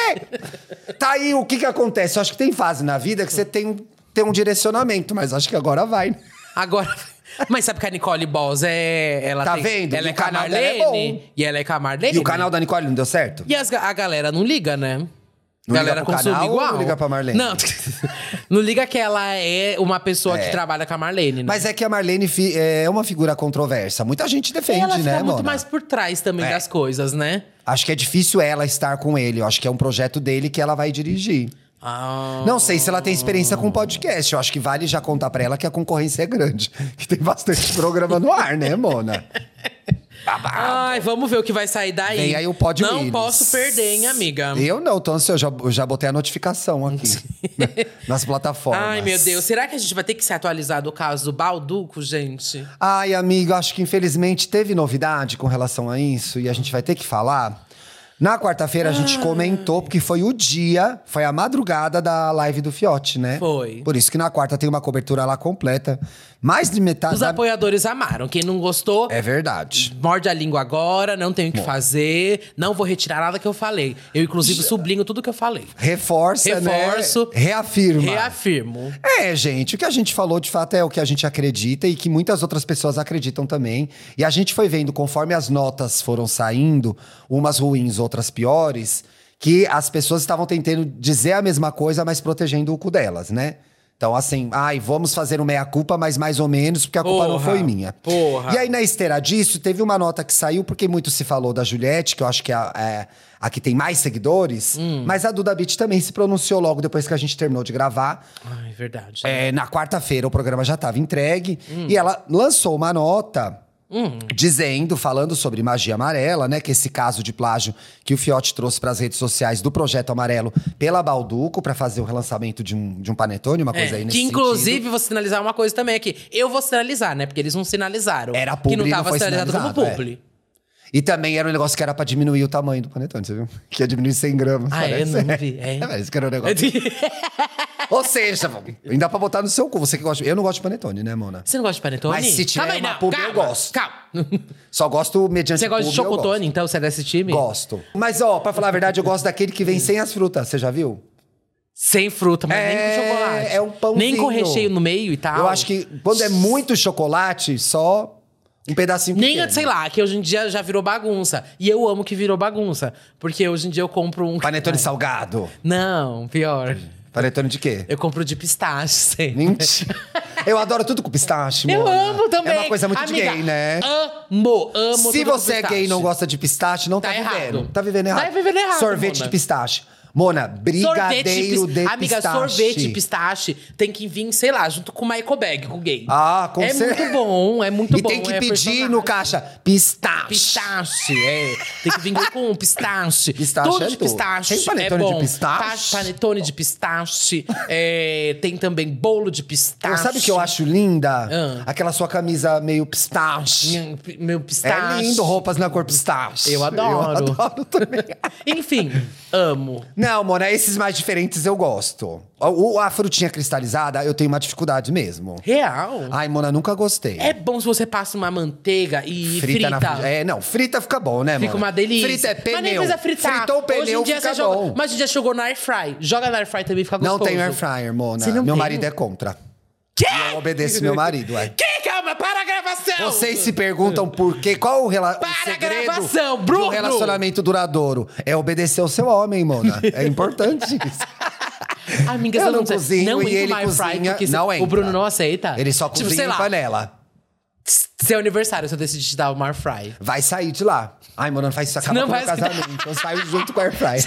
É. Tá aí, o que que acontece? Eu acho que tem fase na vida que você tem, um- tem um direcionamento, mas acho que agora vai. né?
Agora, Mas sabe que a Nicole Boss é. Ela
Tá
tem-
vendo?
Ela é
O
com a
canal dela é
Marlene.
bom.
E ela é com a Marlene.
E o canal da Nicole não deu certo?
E as ga- a galera não liga, né?
Não
galera
liga pro
consome
canal ou
igual.
não liga pra Marlene?
Não, não liga que ela é uma pessoa que trabalha com a Marlene, né?
Mas é que a Marlene fi- é uma figura controversa. Muita gente defende,
ela fica
né,
muito
mona?
mais por trás também
É.
das coisas, né?
Acho que é difícil ela estar com ele. Eu acho que é um projeto dele que ela vai dirigir.
Ah,
Não sei se ela tem experiência com podcast. Eu acho que vale já contar pra ela que a concorrência é grande. Que tem bastante programa no ar, né, Mona?
Ai, vamos ver o que vai sair daí.
Vem aí o Pod
Não
Willis.
posso perder, hein, amiga?
Eu não, tô ansioso. Já, eu já botei a notificação aqui. né, nas plataformas.
Ai, meu Deus. Será que a gente vai ter que se atualizar do caso do Balduco, gente?
Ai, amigo, acho que infelizmente teve novidade com relação a isso e a gente vai ter que falar. Na quarta-feira a
Ah.
gente comentou, porque foi o dia, foi a madrugada da live do Fiote, né?
Foi.
Por isso que na quarta tem uma cobertura lá completa. Mais de metade.
Os
da-
apoiadores amaram. Quem não gostou,
É verdade.
morde a língua agora, não tenho o que fazer, não vou retirar nada que eu falei. Eu, inclusive, sublinho tudo que eu falei.
Reforça,
Reforço.
né? Reafirma.
Reafirmo.
É, gente, o que a gente falou de fato é o que a gente acredita e que muitas outras pessoas acreditam também. E a gente foi vendo, conforme as notas foram saindo, umas ruins, outras piores, que as pessoas estavam tentando dizer a mesma coisa, mas protegendo o cu delas, né? Então, assim, ai, vamos fazer um meia-culpa, mas mais ou menos, porque a culpa não
Porra,
foi minha.
porra.
E aí, na esteira disso, teve uma nota que saiu, porque muito se falou da Juliette, que eu acho que é a, é a que tem mais seguidores,
Hum.
mas a Duda Beat também se pronunciou logo depois que a gente terminou de gravar.
Ai, verdade.
É, na quarta-feira o programa já estava entregue e ela lançou uma nota
Hum.
dizendo, falando sobre magia amarela, né? Que esse caso de plágio que o Fiote trouxe para as redes sociais do Projeto Amarelo pela Balduco para fazer o relançamento de um, de um panetone, uma coisa
É,
aí nesse
que inclusive
sentido.
vou sinalizar uma coisa também aqui. Eu vou sinalizar, né? Porque eles não sinalizaram.
Era
Que não
publi, não
tava
foi
sinalizado, como
sinalizado, é.
publi.
E também era um negócio que era para diminuir o tamanho do panetone, você viu? Que ia diminuir 100 gramas.
Ah, é?
parece.
Eu não vi, é.
parece que era um negócio. Ou seja, ainda pra botar no seu cu. Você que gosta. Eu não gosto de panetone, né, Mona?
Você não gosta de panetone?
Mas se tiver
Calma aí,
uma
não.
publi, eu
calma,
gosto.
Calma.
Só gosto mediante
Você gosta de
publi, eu gosto.
chocotone, então? Você é desse time?
Gosto. Mas, ó, pra falar a verdade, eu gosto daquele que vem sem as frutas. Você já viu?
Sem fruta, mas nem
É,
com chocolate.
é um pãozinho.
Nem com recheio no meio e tal.
Eu acho que quando é muito chocolate, só um pedacinho
Nem,
pequeno.
sei lá, que hoje em dia já virou bagunça. E eu amo que virou bagunça. Porque hoje em dia eu compro um.
Panetone salgado.
Não, pior.
Panetone de quê?
Eu compro de pistache sempre.
Mentira. eu adoro tudo com pistache,
Eu
Mona.
amo também.
É uma coisa muito de
Amiga,
gay, né?
Amo, amo.
Se
tudo com
você é
pistache.
gay e não gosta de pistache, não tá,
Tá errado.
vivendo. Tá vivendo
Tá
errado.
vivendo errado,
Sorvete
Mona.
de pistache. Mona, brigadeiro
pis-
de
Amiga,
pistache.
sorvete de pistache tem que vir, sei lá, junto com uma eco bag, com gay.
Ah, com
É
certeza.
muito bom, é muito
E
bom.
tem que
é
pedir
personagem.
no caixa pistache.
Pistache, é. Tem que vir com pistache.
Pistache
Tudo
é
de
tudo.
pistache.
Tem panetone
é
de
bom.
pistache?
Pa- Panetone de pistache. é, tem também bolo de pistache.
Eu- sabe o que eu acho linda?
Ah.
Aquela sua camisa meio pistache.
Minha- Meu pistache.
É lindo roupas na cor pistache.
Eu adoro.
Eu adoro também.
Enfim, amo.
Não, Mona, esses mais diferentes eu gosto. O, o- a frutinha cristalizada, eu tenho uma dificuldade mesmo.
Real.
Ai, Mona, nunca gostei.
É bom se você passa uma manteiga e frita.
na fri- É, não, frita fica bom, né,
Fica
Mona?
uma delícia.
Frita é pneu.
Mas nem precisa fritar.
Fritou o pneu,
Hoje em dia
fica
você
bom.
joga. Mas hoje em dia jogou na air fry. Joga na air fry também, fica gostoso.
Não tenho air fryer, Mona.
Você não
meu
tem?
marido é contra.
Quê?
E eu obedeço meu marido, é.
Que? Calma, para a gravação!
Vocês se perguntam por quê? Qual o, rela
Para
o
a
segredo
gravação,
de um
Bruno!
relacionamento duradouro? É obedecer ao seu homem, Mona. É importante isso.
Amiga,
Eu
você
não
sabe-
cozinho e
entra
ele
no air fry,
cozinha,
porque se-
não entra.
O Bruno não aceita.
Ele só
Tipo,
cozinha
sei
em
lá,
panela.
Seu aniversário, se eu decidir te dar uma air fry.
Vai sair de lá. Ai, Mona, não faz isso. Acaba
Não
com o meu
vai-
casamento. Eu saio junto com a Airfryer.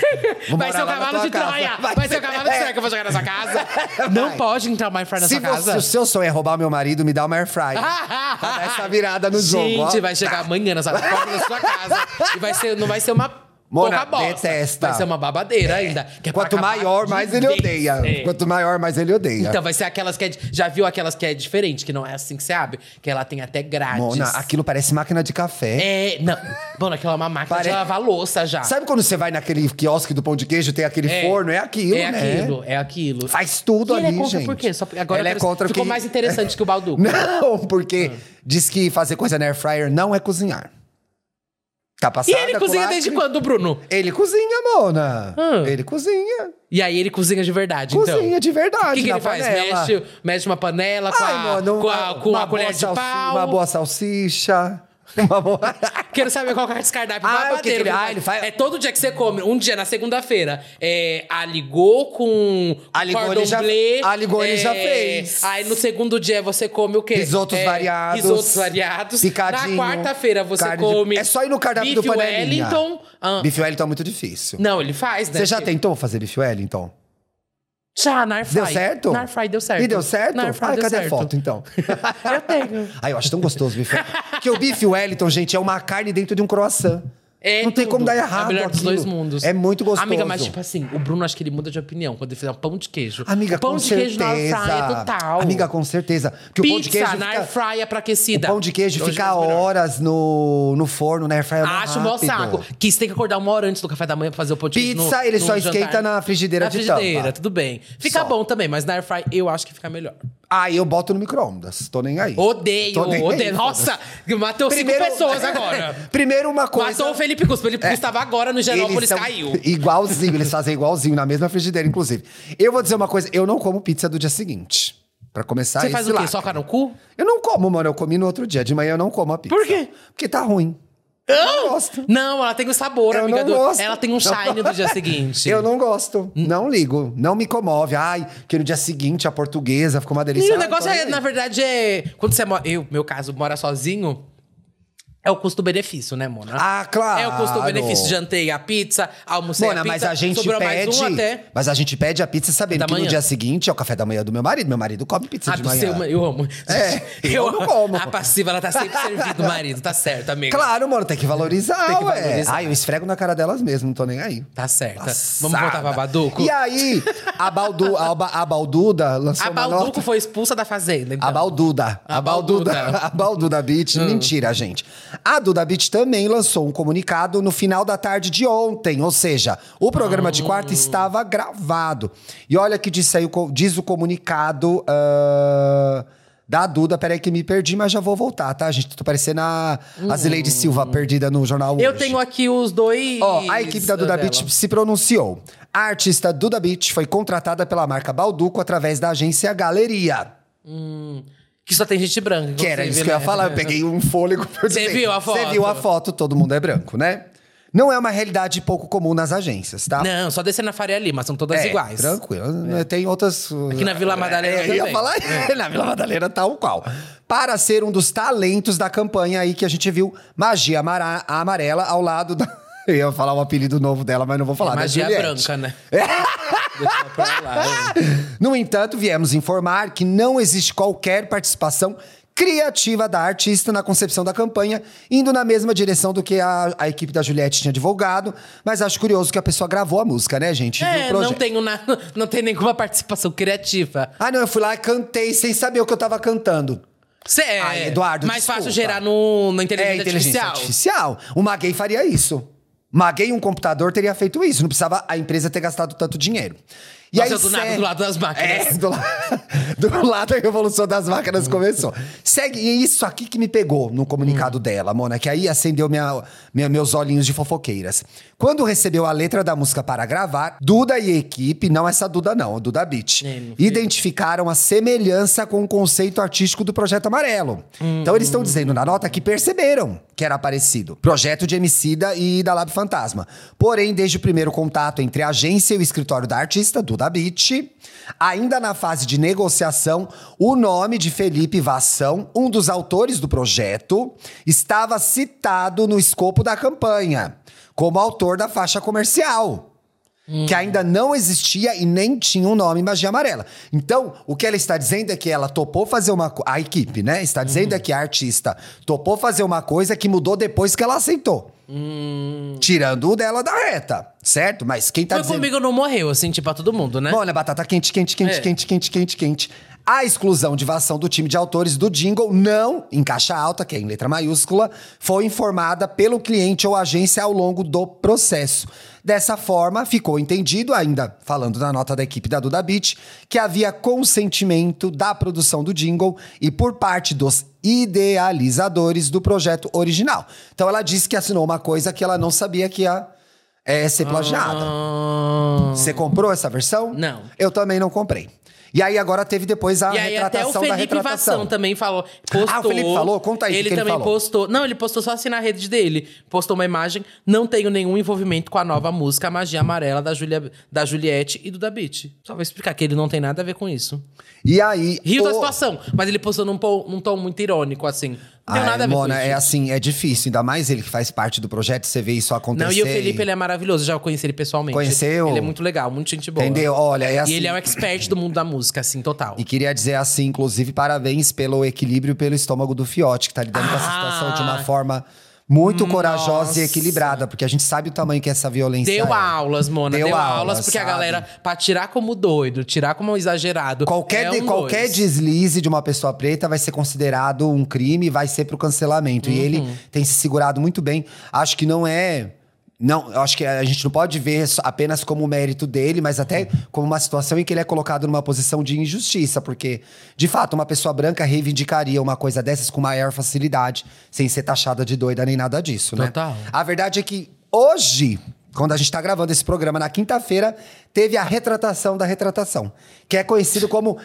Vai ser o cavalo de Troia! Vai, ser o
É.
cavalo de Troia que eu vou jogar na sua casa. Não pode entrar uma air fry na sua
Se, você,
casa.
o seu sonho é roubar meu marido, me dá uma Airfryer. pra dar essa virada no jogo. ó. Tá.
Gente, vai chegar amanhã nessa porta da sua casa. E vai ser, não vai ser uma
Mona,
pouca bosta.
detesta.
Vai ser uma babadeira ainda. que é pra
Quanto
acabar
maior,
de
mais ele
vez.
odeia.
É.
Quanto maior, mais ele odeia.
Então vai ser aquelas que é... di- Já viu aquelas que é diferente, que não é assim que você abre? Que ela tem até grades.
Mona, aquilo parece máquina de café.
É, não. Mona, aquela é uma máquina
Pare-
de lavar louça já.
Sabe quando você vai naquele quiosque do pão de queijo, tem aquele forno? É aquilo,
é
né?
aquilo, é aquilo.
Faz tudo
E ele
ali,
é contra
gente.
por quê? Só porque agora
Ela é
parece-
contra
ficou
que-
mais interessante Ah. que o Balduco.
Não, porque diz que fazer coisa na air fryer não é cozinhar.
E
Capaçada,
ele cozinha desde
culatra.
quando, Bruno?
Ele cozinha, Mona.
Hum.
Ele cozinha.
E aí ele cozinha de verdade, então.
cozinha de verdade.
O que, que
na
ele faz?
panela.
Mexe, mexe uma panela com
Ai,
a,
mano,
com a, com
uma
a colher
boa
de
salsi-
pau.
Uma boa salsicha. Uma boa.
Quero saber qual é esse cardápio
Ah,
babadeiro
o que que ele-
que
ah, ele faz-
É todo dia que você come. Um dia, na segunda-feira, é aligou com
Aligou, ele
cordon
já-
bleu.
aligou, ele
é,
já fez.
Aí no segundo dia você come o quê?
Risotos
É,
variados.
Risotos variados.
Picadinho.
Na quarta-feira você
carne de-
come...
É só ir no cardápio
bife
do panelinha.
Wellington. Ah,
Bife Wellington é muito difícil.
Não, ele faz, né?
Você já tentou fazer bife Wellington?
Já, na Airfry.
Deu certo?
Na Airfry deu certo.
E deu certo?
Na Airfry
Ai,
deu
cadê
certo.
a foto, então?
Eu tenho.
Ai, eu acho tão gostoso o bife Wellington. Porque o bife Wellington, gente, é uma carne dentro de um croissant.
É
Não tem
tudo.
como dar
É
errado
o melhor dos
aquilo.
dois mundos.
É muito gostoso.
Amiga, mas tipo assim, o Bruno acho que ele muda de opinião quando ele fizer um pão de queijo.
Amiga,
o pão
com
de
certeza.
queijo na air fry é total.
Amiga, com certeza. Porque
Pizza
o pão de queijo
na
fica...
air fry é pra
O
aquecida.
pão de queijo
Hoje
fica
é melhor.
horas no, no forno, né? Airfryer é mais
Acho mó
rápido.
saco. Que você tem que acordar uma hora antes do café da manhã pra fazer o pão de queijo. no-
Pizza, ele
no
só
jantar.
esquenta na frigideira
Na
de
frigideira,
tampa.
tudo bem. Fica
Só.
bom também, mas na air fry eu acho que fica melhor.
Aí eu boto no micro-ondas, tô nem aí.
Odeio,
Tô nem aí,
odeio.
foda-se.
Nossa, matou cinco pessoas agora.
Primeiro uma coisa... É.
Matou o Felipe Cuspo. Felipe Cuspo estava agora no Genópolis,
Eles são
caiu.
Igualzinho, eles fazem igualzinho, na mesma frigideira, inclusive. Eu vou dizer uma coisa, eu não como pizza do dia seguinte. Pra começar
Você
esse
faz o quê?
lacre.
Soca no cu?
Eu não como, mano. Eu comi no outro dia. De manhã eu não como a pizza.
Por quê?
Porque tá ruim. Eu não gosto.
Não, ela tem um sabor,
Eu
amiga
não
do.
gosto.
Ela tem um shine do dia seguinte.
Eu não gosto.
Hum.
Não ligo. Não me comove. Ai, que no dia seguinte a portuguesa ficou uma delícia.
E
Ah,
o negócio
tô
é,
nem
na
aí.
verdade, é. Quando você mora. Eu, meu caso, mora sozinho. É o custo-benefício, né, Mona?
Ah, claro.
É o custo-benefício. Jantei a pizza, almocei
Mona,
a pizza.
mas a gente
sobrou mais
pede.
um até.
Mas a gente pede a pizza sabendo
Da
que no
manhã.
dia seguinte é o café da manhã do meu marido. Meu marido come pizza
Ah,
de
do
manhã.
seu ma- eu amo.
É, eu não como.
A passiva, ela tá sempre servindo o marido, tá certo, amiga.
Claro, mano, tem que valorizar,
Tem que
ué.
valorizar.
Ai, eu esfrego na cara delas mesmo, não tô nem aí.
Tá certa. Vamos
Passada.
voltar pra Baduco?
E aí, a, Baldu, a, Ba- a Balduda lançou
A
uma
Balduco
nota...
foi expulsa da fazenda. Então.
A Balduda.
A
A Balduda.
Balduda. Hum.
A Balduda Beat. Mentira, gente. A Duda Beat também lançou um comunicado no final da tarde de ontem. Ou seja, o programa de
Hum.
quarta estava gravado. E olha que disse aí, o co- diz o comunicado ah, da Duda. Peraí que me perdi, mas já vou voltar, tá, gente? Tô parecendo a, a Zileide Silva perdida no jornal
Hum. Eu
Hoje.
tenho aqui os dois.
Ó, a equipe da Duda
dela.
Beat se pronunciou. A artista Duda Beat foi contratada pela marca Balduco através da agência Galeria.
Que só tem gente branca.
Que era
inclusive,
isso que eu ia
né?
falar, eu peguei um fôlego. por
Você
dizer.
viu a
Você
foto?
viu a foto, todo mundo é branco, né? Não é uma realidade pouco comum nas agências, tá?
Não, só descer na Faria Lima, são todas
é,
iguais.
Tranquilo. né, Tem outras.
Aqui na Vila Madalena
É, eu ia
também.
falar na Vila Madalena tal qual. Para ser um dos talentos da campanha aí que a gente viu, Magia Amara- Amarela ao lado da. Eu ia falar o apelido novo dela, mas não vou falar. né,
É Magia
Juliette? É.
branca, né? Deixa eu pra lá, né?
No entanto, viemos informar que não existe qualquer participação criativa da artista na concepção da campanha, indo na mesma direção do que a, a equipe da Juliette tinha divulgado, mas acho curioso que a pessoa gravou a música, né, gente? Viu o
É, não
projeto.
tenho na, não tem nenhuma participação criativa.
Ah, não, eu fui lá e cantei sem saber o que eu tava cantando.
Cê, é
Ai, Ah, Eduardo,
mais fácil
desculpa.
gerar no, na inteligência,
é inteligência
artificial.
artificial. Uma gay faria isso. Uma gay, um computador teria feito isso. Não precisava a empresa ter gastado tanto dinheiro. E
Nossa,
aí,
eu do nada,
segue-
do lado das máquinas.
É, do, la... do lado da revolução das máquinas começou. Segue, e isso aqui que me pegou no comunicado dela, Mona, que aí acendeu minha, minha- meus olhinhos de fofoqueiras. Quando recebeu a letra da música para gravar, Duda e equipe, não essa Duda não, a Duda Beat,
É, meu
identificaram a semelhança com o conceito artístico do Projeto Amarelo. Então eles estão dizendo na nota que perceberam que era parecido. Projeto de Emicida e da Lab Fantasma. Porém, desde o primeiro contato entre a agência e o escritório da artista, Duda Beat, ainda na fase de negociação, o nome de Felipe Vassão, um dos autores do projeto, estava citado no escopo da campanha, como autor da faixa comercial que ainda não existia e nem tinha um nome Magia Amarela. Então, o que ela está dizendo é que ela topou fazer uma co- a equipe, né? Está dizendo é que a artista topou fazer uma coisa que mudou depois que ela aceitou. Tirando o dela da reta, certo? Mas quem tá
Foi
dizendo
comigo não morreu, assim, tipo, pra todo mundo, né?
Mona, batata quente, quente, quente,
É.
quente, quente, quente, quente. A exclusão de vação do time de autores do jingle não, em caixa alta, que é em letra maiúscula, foi informada pelo cliente ou agência ao longo do processo. Dessa forma, ficou entendido, ainda falando na nota da equipe da Duda Beat, que havia consentimento da produção do jingle e por parte dos idealizadores do projeto original. Então ela disse que assinou uma coisa que ela não sabia que ia é, ser plagiada.
Ah.
Você comprou essa versão?
Não.
Eu também não comprei. E aí agora teve depois a
E aí até o
retratação da
Felipe
retratação.
Vação também falou. Postou,
Ah, o Felipe falou? Conta aí o que
Ele
que ele
também
falou.
postou. Não, ele postou só assim na rede dele. Postou uma imagem. Não tenho nenhum envolvimento com a nova música Magia Amarela da, Julia, da Juliette e do Da Beat. Só vou explicar que ele não tem nada a ver com isso.
E aí.
Rio da
o-
situação. Mas ele postou num, po- num tom muito irônico, assim. Não tem
Ai,
nada a ver
Mona,
com isso.
é assim, é difícil. Ainda mais ele que faz parte do projeto, você vê isso acontecer.
Não, e o Felipe, ele é maravilhoso. Já conheci ele pessoalmente.
Conheceu?
Ele é muito legal, muito gente boa.
Entendeu? Olha, é assim.
E ele é um expert do mundo da música, assim, total.
E queria dizer assim, inclusive, parabéns pelo equilíbrio e pelo estômago do Fiote, que tá lidando com essa
Ah!
situação de uma forma muito corajosa
Nossa.
e equilibrada, porque a gente sabe o tamanho que essa violência
Deu
é.
aulas, Mona.
Deu
Deu,
aulas,
aulas, porque
sabe?
a galera, pra tirar como doido, tirar como exagerado.
Qualquer,
é
de-
um
qualquer
dois.
deslize de uma pessoa preta vai ser considerado um crime e vai ser pro cancelamento.
Uhum.
E ele tem se segurado muito bem. Acho que não é. Não, eu acho que a gente não pode ver só- apenas como mérito dele, mas até como uma situação em que ele é colocado numa posição de injustiça, porque, de fato, uma pessoa branca reivindicaria uma coisa dessas com maior facilidade, sem ser taxada de doida nem nada disso, né?
Total.
A verdade é que hoje, quando a gente tá gravando esse programa na quinta-feira, teve a retratação da retratação, que é conhecido como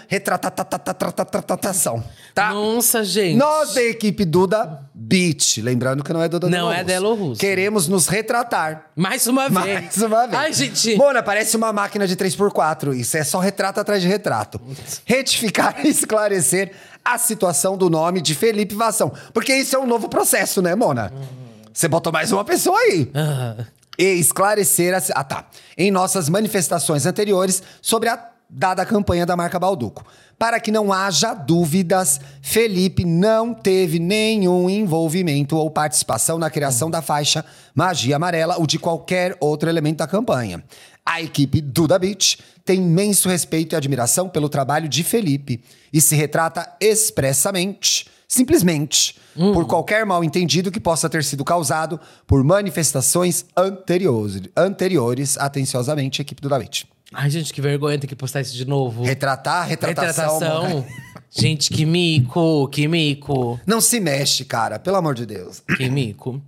retratatatatatatatação, tá?
Nossa, gente.
Nós da equipe Duda Beat, lembrando que não é Duda
Não
Delo
é
Russo.
Delo Russo.
Queremos nos retratar.
Mais uma vez.
Mais uma vez.
Ai, gente.
Mona, parece uma máquina de 3x4. Isso é só retrato atrás de retrato. Retificar e esclarecer a situação do nome de Felipe Vação. Porque isso é um novo processo, né, Mona?
Uhum.
Você botou mais uma pessoa aí
Ah.
e esclarecer as, ah, tá, em nossas manifestações anteriores sobre a dada campanha da marca Balduco. Para que não haja dúvidas, Felipe não teve nenhum envolvimento ou participação na criação da faixa Magia Amarela ou de qualquer outro elemento da campanha. A equipe Duda Beach tem imenso respeito e admiração pelo trabalho de Felipe e se retrata expressamente, simplesmente,
Hum.
por qualquer mal entendido que possa ter sido causado por manifestações anteriores, anteriores atenciosamente, equipe do Davit.
Ai, gente, que vergonha ter que postar isso de novo.
Retratar, retratação.
Hum. Retratação. gente, que mico, que mico.
Não se mexe, cara, pelo amor de Deus.
Que mico.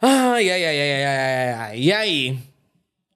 Ai, ai, ai, ai, ai, ai, ai. E aí?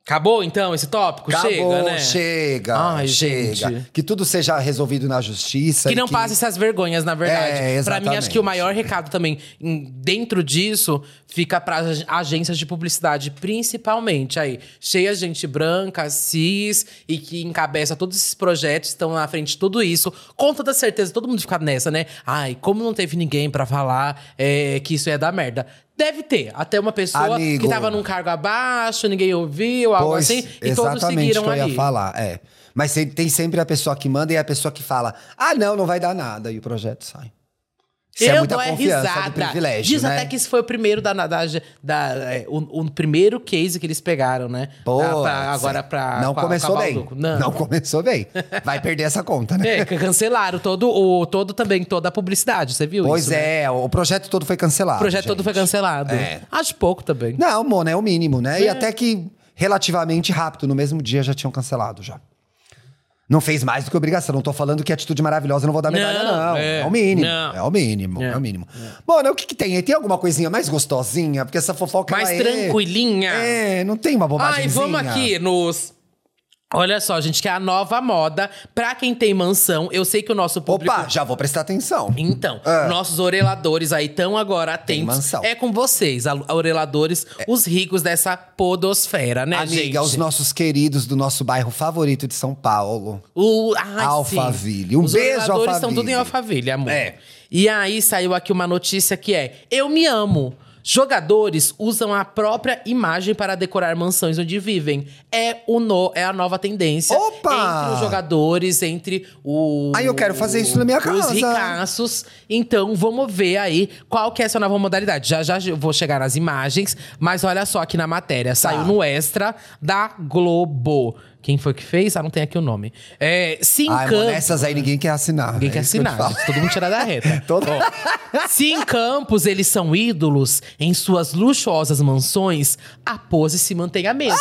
Acabou, então, esse tópico?
Acabou,
chega, né?
chega,
Ai,
chega.
gente.
Que tudo seja resolvido na justiça.
Que
e
não passe essas vergonhas, na verdade.
É,
pra mim, acho
exatamente.
que o maior recado também, em- dentro disso, fica para agências de publicidade, principalmente aí, cheia de gente branca, cis, e que encabeça todos esses projetos, estão na frente de tudo isso. Com toda certeza, todo mundo fica nessa, né? Ai, como não teve ninguém pra falar é, que isso é da merda. Deve ter. Até uma pessoa
Amigo.
que tava num cargo abaixo, ninguém ouviu, algo
Pois,
assim, e todos
exatamente o
seguiram
que eu ia
ali.
falar, é. Mas se- tem sempre a pessoa que manda e a pessoa que fala: "Ah, não, não vai dar nada" e o projeto sai. Isso
eu
é muita
dou é
confiança do
risada.
privilégio,
Diz
né?
até que isso foi o primeiro da, da, da é, o, o primeiro case que eles pegaram, né?
Pô,
Da- pra-
é.
agora pra
não
com a-
começou
com a
bem.
Balduco.
Não.
Não.
começou bem. Vai perder essa conta, né?
É, que cancelaram todo o todo também toda a publicidade, você viu
pois
isso? né?
é, o projeto todo foi cancelado.
O projeto todo
gente.
foi cancelado.
É.
Acho pouco também.
Não, Mona, é o mínimo, né? E até que relativamente rápido, no mesmo dia já tinham cancelado já. Não fez mais do que obrigação. Não tô falando que atitude maravilhosa não vou dar medalha, não.
Não,
É,
é.
o mínimo.
Não.
É o mínimo. É,
É.
o mínimo. Mona, o que, que tem aí? Tem alguma coisinha mais gostosinha? Porque essa fofoca.
Mais
ela é-
tranquilinha.
É, não tem uma bobagem.
Ai, vamos aqui nos Olha só, gente, que é a nova moda pra quem tem mansão. Eu sei que o nosso público
Opa, já vou prestar atenção.
Então,
Ah.
nossos oreladores aí estão agora
Tem
atentos.
mansão. É.
É com vocês, a- a oreladores, os ricos dessa podosfera, né,
Amiga,
gente?
os nossos queridos do nosso bairro favorito de São Paulo.
O, ai,
Alphaville.
sim.
Um
Os
beijo,
oreladores estão tudo
Alphaville.
em Alphaville, amor.
É.
E aí saiu aqui uma notícia que é: Eu me amo. Jogadores usam a própria imagem para decorar mansões onde vivem. É, o no, é a nova tendência
Opa!
entre os jogadores, entre o.
Ai, eu quero fazer isso na minha casa.
Os ricaços. Então, vamos ver aí qual que é essa nova modalidade. Já já eu vou chegar
Tá.
nas imagens, mas olha só aqui na matéria. Saiu no extra da Globo. O Quem foi que fez? Ah, não tem aqui o nome. É, se
Ai, mano,
encanta.
essas aí ninguém quer assinar.
Ninguém
é
quer
isso que eu te
assinar.
falo.
gente. Todo mundo tira da reta.
Todo-
Ó, se em Campos eles são ídolos, em suas luxuosas mansões, a pose se mantém a mesma.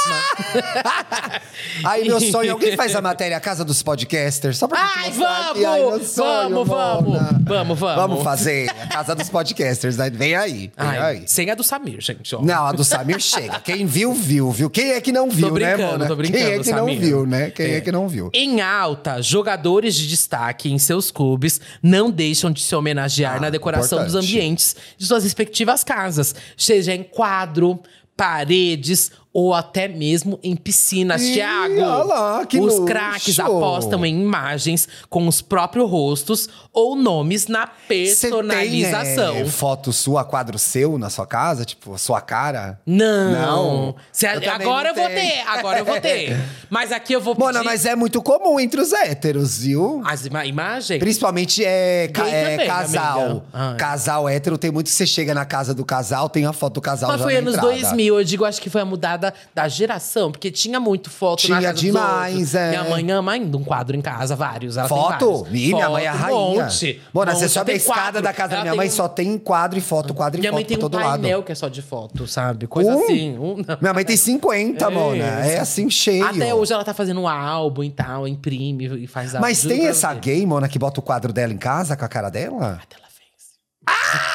Ai, meu sonho. é Alguém faz a matéria A Casa dos Podcasters? Só pra gente
Ai,
mostrar aqui. Ai, meu
vamos!
sonho,
Vamos, vamos!
Mona.
Vamos, vamos.
Vamos fazer a Casa dos Podcasters, né? Vem aí, vem
Ai,
aí.
sem a do Samir, gente. Ó.
Não, a do Samir chega. Quem viu, viu, viu. Quem é que não viu, né,
brincando,
Mona?
tô brincando,
Quem é que
Samir.
não viu, né? Quem é.
É.
que não viu?
Em alta, jogadores de destaque em seus clubes não deixam de se homenagear
Ah,
na decoração dos
importante.
ambientes de suas respectivas casas, seja em quadro, paredes ou até mesmo em piscinas,
Ih,
Thiago.
olha lá, que
os
luxo.
craques apostam em imagens com os próprios rostos ou nomes na
Cê
personalização.
Tem, é, foto sua, quadro seu na sua casa? Tipo, a sua cara?
Não.
Não.
Cê-
Eu também
agora eu
não
vou
tenho.
ter, agora eu vou ter. Mas aqui eu vou pedir
Mona, mas é muito comum entre os héteros, viu?
as ima imagens.
Principalmente é, ca-
Gay
é
também,
casal.
amiga. Ah, é.
Casal hétero, tem muito que você chega na casa do casal, tem Tá a foto do casal
Mas
já
foi
na
anos
entrada.
2000, eu digo, acho que foi a mudada da geração, porque tinha muito foto na
Tinha
casa dos
demais,
outros.
é.
Minha mãe ama ainda um quadro em casa, vários. Ela Tem
Foto?
vários.
Ih, minha
Foto, um
mãe é a rainha.
Monte.
Mona,
monte.
você
Ela
sobe a
tem
escada
quadro.
da casa da
Ela
minha
tem
mãe,
um-
só tem quadro e foto, quadro e
Minha
foto
mãe tem
por
um
todo
painel
lado.
que é só de foto, sabe? Coisa
Um?
assim. Um, não.
Minha mãe tem 50, Mona. É assim cheio.
Até hoje ela tá fazendo um álbum e tal, imprime e faz álbum.
Mas
Juro
tem
pra
essa
você.
gay, Mona, que bota o quadro dela em casa com a cara dela?
Até ela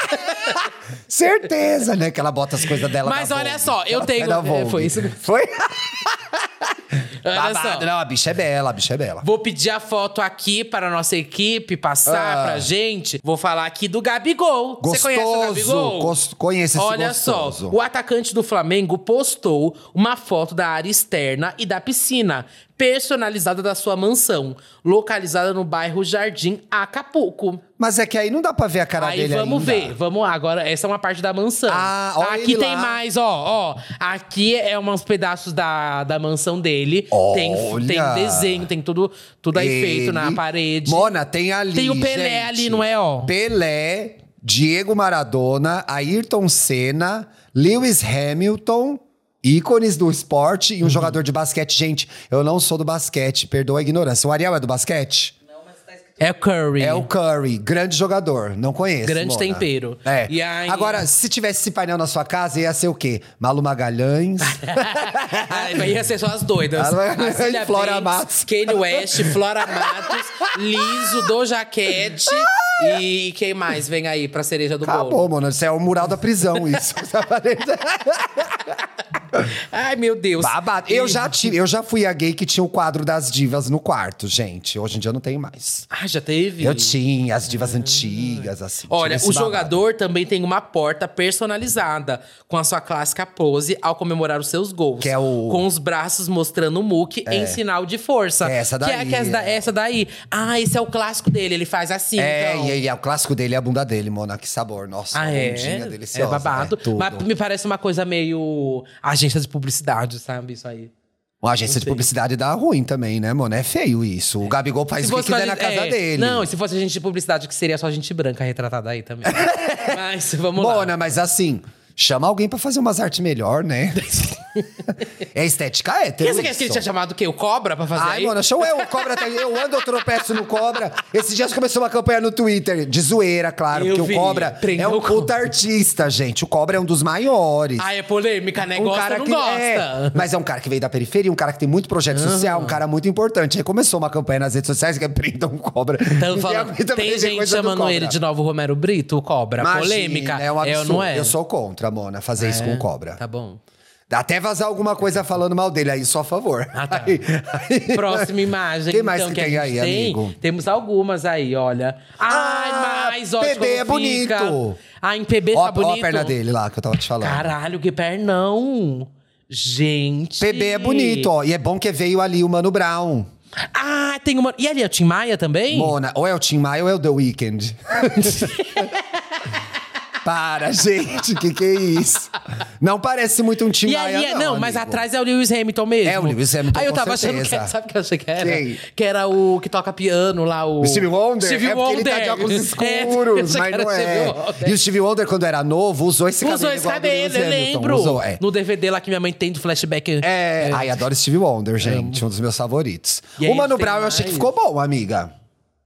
fez.
Certeza, né? Que ela bota as coisas dela
Mas
na
olha
Vogue.
só, eu
Ela sai
tenho-
da
é,
Vogue.
foi isso mesmo.
Foi?
Olha só.
Babado. Não, a bicha é bela, a bicha é bela.
Vou pedir a foto aqui para a nossa equipe passar
Ah.
pra gente. Vou falar aqui do Gabigol. Você
Gostoso.
conhece o Gabigol?
Gos- conheço esse é
Olha só,
gostoso.
o atacante do Flamengo postou uma foto da área externa e da piscina, personalizada da sua mansão, localizada no bairro Jardim Acapulco.
Mas é que aí não dá pra ver a cara
Aí
dele
vamos
ainda.
ver, vamos lá. Agora, essa é uma parte da mansão.
Ah, olha
aqui
ele
tem
lá.
mais, ó, ó. Aqui é uns pedaços da, da mansão dele. Tem, tem
Olha.
desenho, tem tudo, tudo aí feito na
Ele-
parede.
Mona, tem ali.
Tem o Pelé
gente.
ali, não é, ó?
Pelé, Diego Maradona, Ayrton Senna, Lewis Hamilton. Ícones do esporte
Uhum.
e um jogador de basquete. Gente, eu não sou do basquete, perdoa a ignorância. O Ariel é do basquete?
É Curry.
É o Curry, grande jogador, não conheço.
Grande
Mona.
tempero.
É.
E aí-
Agora, se tivesse esse painel na sua casa, ia ser o quê? Malu Magalhães?
Aí é ia ser só as doidas.
Ela vai-
Marcília
Flora
Banks,
Matos.
Kanye West, Flora Matos, Liso, do Jaquete. e quem mais vem aí pra cereja do bolo?
Acabou, mano. Isso é o mural da prisão, isso.
Ai, meu Deus.
Babado. Eu já, tive, eu já fui a gay que tinha o quadro das divas no quarto, gente. Hoje em dia eu não tenho mais.
Ah, já teve?
Eu tinha as divas antigas, assim.
Olha,
tinha esse
o
babado.
jogador também tem uma porta personalizada com a sua clássica pose ao comemorar os seus gols.
Que é o-
Com os braços mostrando o muque em sinal de força.
É essa
Que é
daí,
que essa, da-
é.
essa daí. Ah, esse é o clássico dele, ele faz assim.
É,
então.
e, e, o clássico dele é a bunda dele, Mona. Que sabor. Nossa,
Ah,
a
é?
bundinha
é
deliciosa.
babado.
é tudo.
Mas me parece uma coisa meio agência de publicidade, sabe? Isso aí.
Uma agência de publicidade dá ruim também, né, mano? É feio isso. O Gabigol faz o que quiser na
gente-
casa
é.
dele.
Não, e se fosse gente de publicidade, que seria só gente branca retratada aí também. Mas vamos lá.
Mona, mas assim, chama alguém pra fazer umas artes melhor, né? é estética hétero.
Quem você quer que ele
isso.
tinha chamado o quê? O Cobra pra fazer
Ai,
aí?
mano, show eu, o cobra tá, eu ando, eu tropeço no cobra. Esses dias começou uma campanha no Twitter, de zoeira, claro,
Eu
porque
vi,
o cobra
prendeu
é um
o Cobra.
puta artista, gente. O cobra é um dos maiores.
Ah, é polêmica, né? gosta ou não gosta.
um É, mas é um cara que veio da periferia, um cara que tem muito projeto social, um cara muito importante. Aí começou uma campanha nas redes sociais que é prendam o cobra.
Tão
E
falando,
também
Então, tem
vem
gente
coisa do
chamando
cobra.
ele de novo Romero Brito, o Cobra.
Imagina,
polêmica.
É um
ou
absurdo.
não é?
Eu sou contra, Mona, fazer isso com o cobra.
Tá bom.
Até vazar alguma coisa falando mal dele, aí só a favor.
Ah, tá.
Aí- aí-
Próxima imagem.
Quem mais
então,
que tem
a gente
aí, amigo?
Temos algumas aí, olha. Ai,
Ah,
mais, olha.
PB é
como fica.
bonito.
Ah, em PB
ó,
tá
ó
bonito.
a perna dele lá, que eu tava te falando.
Caralho, que pernão. Gente.
PB é bonito, ó. E é bom que veio ali o Mano Brown.
Ah, tem uma. E ali é o Tim Maia também?
Mona, ou é o Tim Maia ou é o The Weeknd. Para, gente, que que é isso? Não parece muito um Tim
E aí,
Maia,
é- não, mas
amigo.
atrás é o Lewis Hamilton mesmo.
É o Lewis Hamilton,
Aí eu
com
tava achando que
certeza.
era, sabe o que eu achei que era?
Quem?
Que era o que toca piano lá, o.
O Steve Wonder?
Steve
é porque ele tá de
Wonder.
óculos
É, eu
escuros,
achei
mas
que era
não
Steve
é.
Wonder.
E o Steve Wonder, quando era novo, usou esse cabelo
Usou esse
igual ao do
cabelo,
Lewis
eu
Hamilton.
lembro.
Usou, é.
No DVD lá que minha mãe tem do flashback.
É, Ai, adoro Steve Wonder, gente. Um dos meus favoritos.
E aí,
o Mano
tem
Brown eu achei que
mais?
ficou bom, amiga.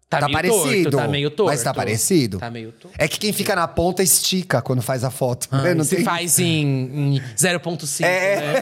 Tá,
meio
parecido.
torto, tá meio torto.
Mas tá parecido.
Tá meio torto.
É que quem fica na ponta estica quando faz a foto. né?
Ah,
Não
se
tem-
faz em, em 0.5, né?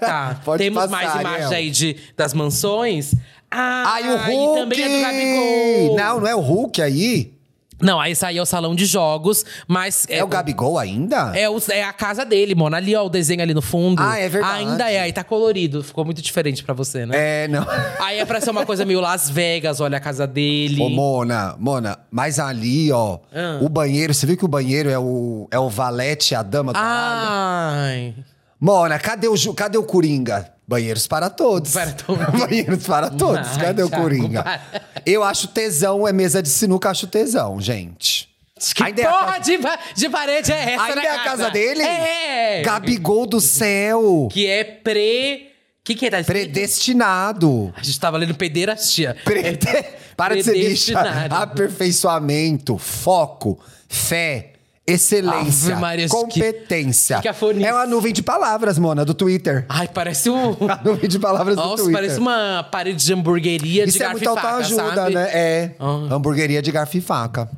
Tá,
Pode
temos
passar,
mais imagens
Léo.
aí de, das mansões. Ah,
Ai, o Hulk!
E também é do Gabigol.
Não, não é o Hulk aí.
Não, aí saiu o salão de jogos, mas...
É, o Gabigol ainda?
É, o- é a casa dele, mano. Ali, ó, o desenho ali no fundo.
Ah, é verdade.
Ainda é, aí tá colorido. Ficou muito diferente pra você, né?
É, não.
Aí é pra ser uma coisa meio Las Vegas, olha a casa dele.
Ô, Mona, Mona, mas ali, ó,
Ah.
o banheiro, você viu que o banheiro é o, é o valete, a dama
Ah.
do armário?
Ai.
Mona, cadê o, Ju- cadê o Coringa? Banheiros para todos.
Para todos.
Banheiros para todos.
Ai,
cadê o
Thiago,
Coringa?
para.
Eu acho tesão, é mesa de sinuca, acho tesão, gente.
Que
Ainda é a
porra
casa-
de, pa- de parede é essa,
Ainda
né,
é a casa dele?
É!
Gabigol do céu!
Que é pre... O que que é? Tá escrito?
Predestinado.
A gente tava lendo É. pederastia.
Prede- Para de ser bicha.
Predestinado.
Aperfeiçoamento, foco, fé, excelência,
Ave Maria, que-
competência.
que cafonice.
é uma nuvem de palavras, Mona, do Twitter.
Ai, parece um...
A nuvem de palavras do
Nossa,
Twitter.
parece uma parede de hamburgueria de
Isso é
garfo
muito
e faca,
autoajuda,
sabe?
né? É.
Ah.
Hamburgueria de garfo e faca.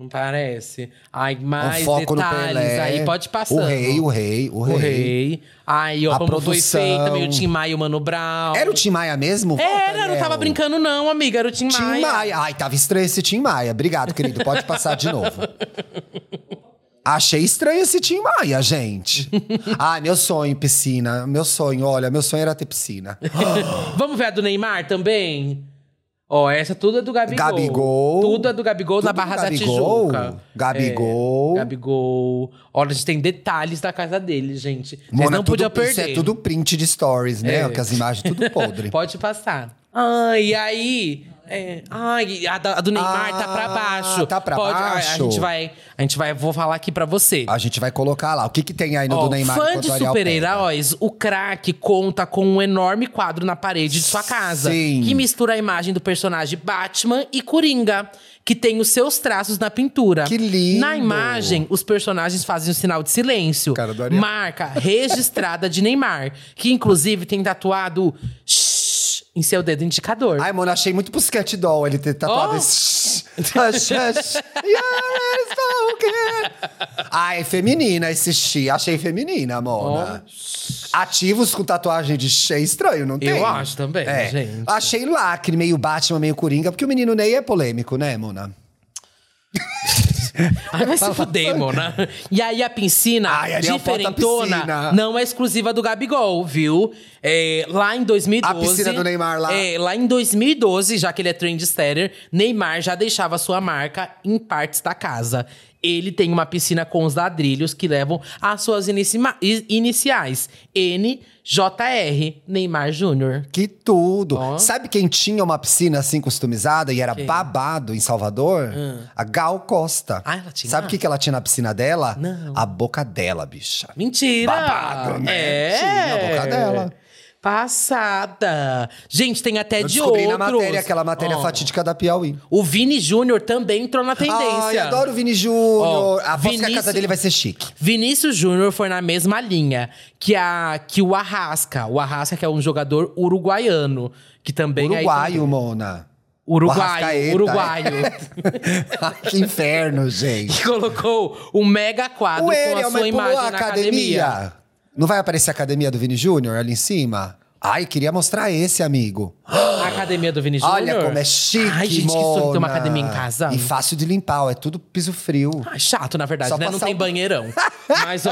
Não parece. Ai,
Um
mais
foco
detalhes
no Pelé.
aí, pode passar.
O rei, o rei, o
O
rei.
rei. Aí, ó,
A
como
produção.
foi feito também o Tim Maia e o Mano Brown.
Era o Tim Maia mesmo? Volta,
Era, não
Léo.
tava brincando não, amiga, era o Tim,
Tim
Maia.
Maia. Ai, tava estranho esse Tim Maia. Obrigado, querido. Pode passar de novo. Achei estranho esse Tim Maia, gente. Ah, meu sonho, piscina. Meu sonho, olha, meu sonho era ter piscina.
Vamos ver a do Neymar também? Ó, essa tudo é do Gabigol.
Gabigol.
Tudo é do Gabigol na
Tudo do
Barra
Gabigol.
da Tijuca.
Gabigol.
É, Gabigol. Olha, a gente tem detalhes da casa dele, gente. Vocês
Mona,
não podia
tudo-
perder.
Isso é tudo print de stories, né?
É.
Que as imagens tudo podre.
Pode passar. Ai, e aí. é, ai, a, da- a do Neymar tá
Ah,
pra baixo.
tá pra
Pode- a- A,
baixo.
gente vai. A gente vai. Vou falar aqui pra você.
A gente vai colocar lá. O que que tem aí no
Ó,
do Neymar?
fã
enquanto
de
o Ariel pega?
super-heróis, o craque conta com um enorme quadro na parede de sua casa.
Sim.
Que mistura a imagem do personagem Batman e Coringa, que tem os seus traços na pintura.
Que lindo!
Na imagem, os personagens fazem o sinal de silêncio.
Cara do Ariel.
marca registrada de Neymar, que inclusive tem tatuado "Shh" em seu dedo indicador.
Ai, mano, achei muito Pusquete Doll ele ter tatuado
Oh!
esse... Tá, Ai, é feminina esse xi. Achei feminina, Mona. Ativos com tatuagem de xi é estranho, não tem?
Eu acho também,
É.
gente.
Achei lacre, meio Batman, meio Coringa. Porque o menino Ney é polêmico, né, Mona?
Ai, vai se fuder, Mona. E aí a piscina
Ai, Ariel, falta a
diferentona
piscina.
não é exclusiva do Gabigol, viu? É, lá em 2012...
A piscina do Neymar lá.
É, lá em 2012, já que ele é trendsetter, Neymar já deixava sua marca em partes da casa. Ele tem uma piscina com os ladrilhos que levam as suas inicima- i- iniciais. NJR, Neymar Júnior.
Que tudo.
Ó.
Sabe quem tinha uma piscina assim customizada e era babado em Salvador? A Gal Costa.
Ah, ela tinha?
Sabe o que que ela tinha na piscina dela?
Não.
A boca dela, bicha.
Mentira!
Babado, né?
É.
Tinha a boca dela.
Passada. Gente, tem até
Eu
É de
descobri
outros.
na matéria, aquela matéria
Ó,
fatídica da Piauí.
O Vini Júnior também entrou na
Ai,
tendência.
adoro o Vini Júnior.
Ó,
Aposto que a casa
Vinícius-
dele vai ser chique.
Vinícius Júnior foi na mesma linha que a que o Arrasca. O Arrasca, que é um jogador uruguaiano, que também aí,
Uruguaio,
também-
Mona.
uruguaio,
Arrascaeta,
uruguaio.
que inferno, gente.
Que colocou um mega quadro
O
com
ele
a sua imagem
manipulou a
na academia.
academia. Não vai aparecer a academia do Vini Júnior ali em cima? Ai, queria mostrar esse, amigo.
A academia do Vini Júnior.
Olha como é chique,
Ai, gente, que sonho ter uma
Mona.
academia em casa.
E fácil de limpar, ó, é tudo piso frio.
Ah, chato, na verdade,
Só
né? Não
passar
tem
o-
banheirão. Mas, ó,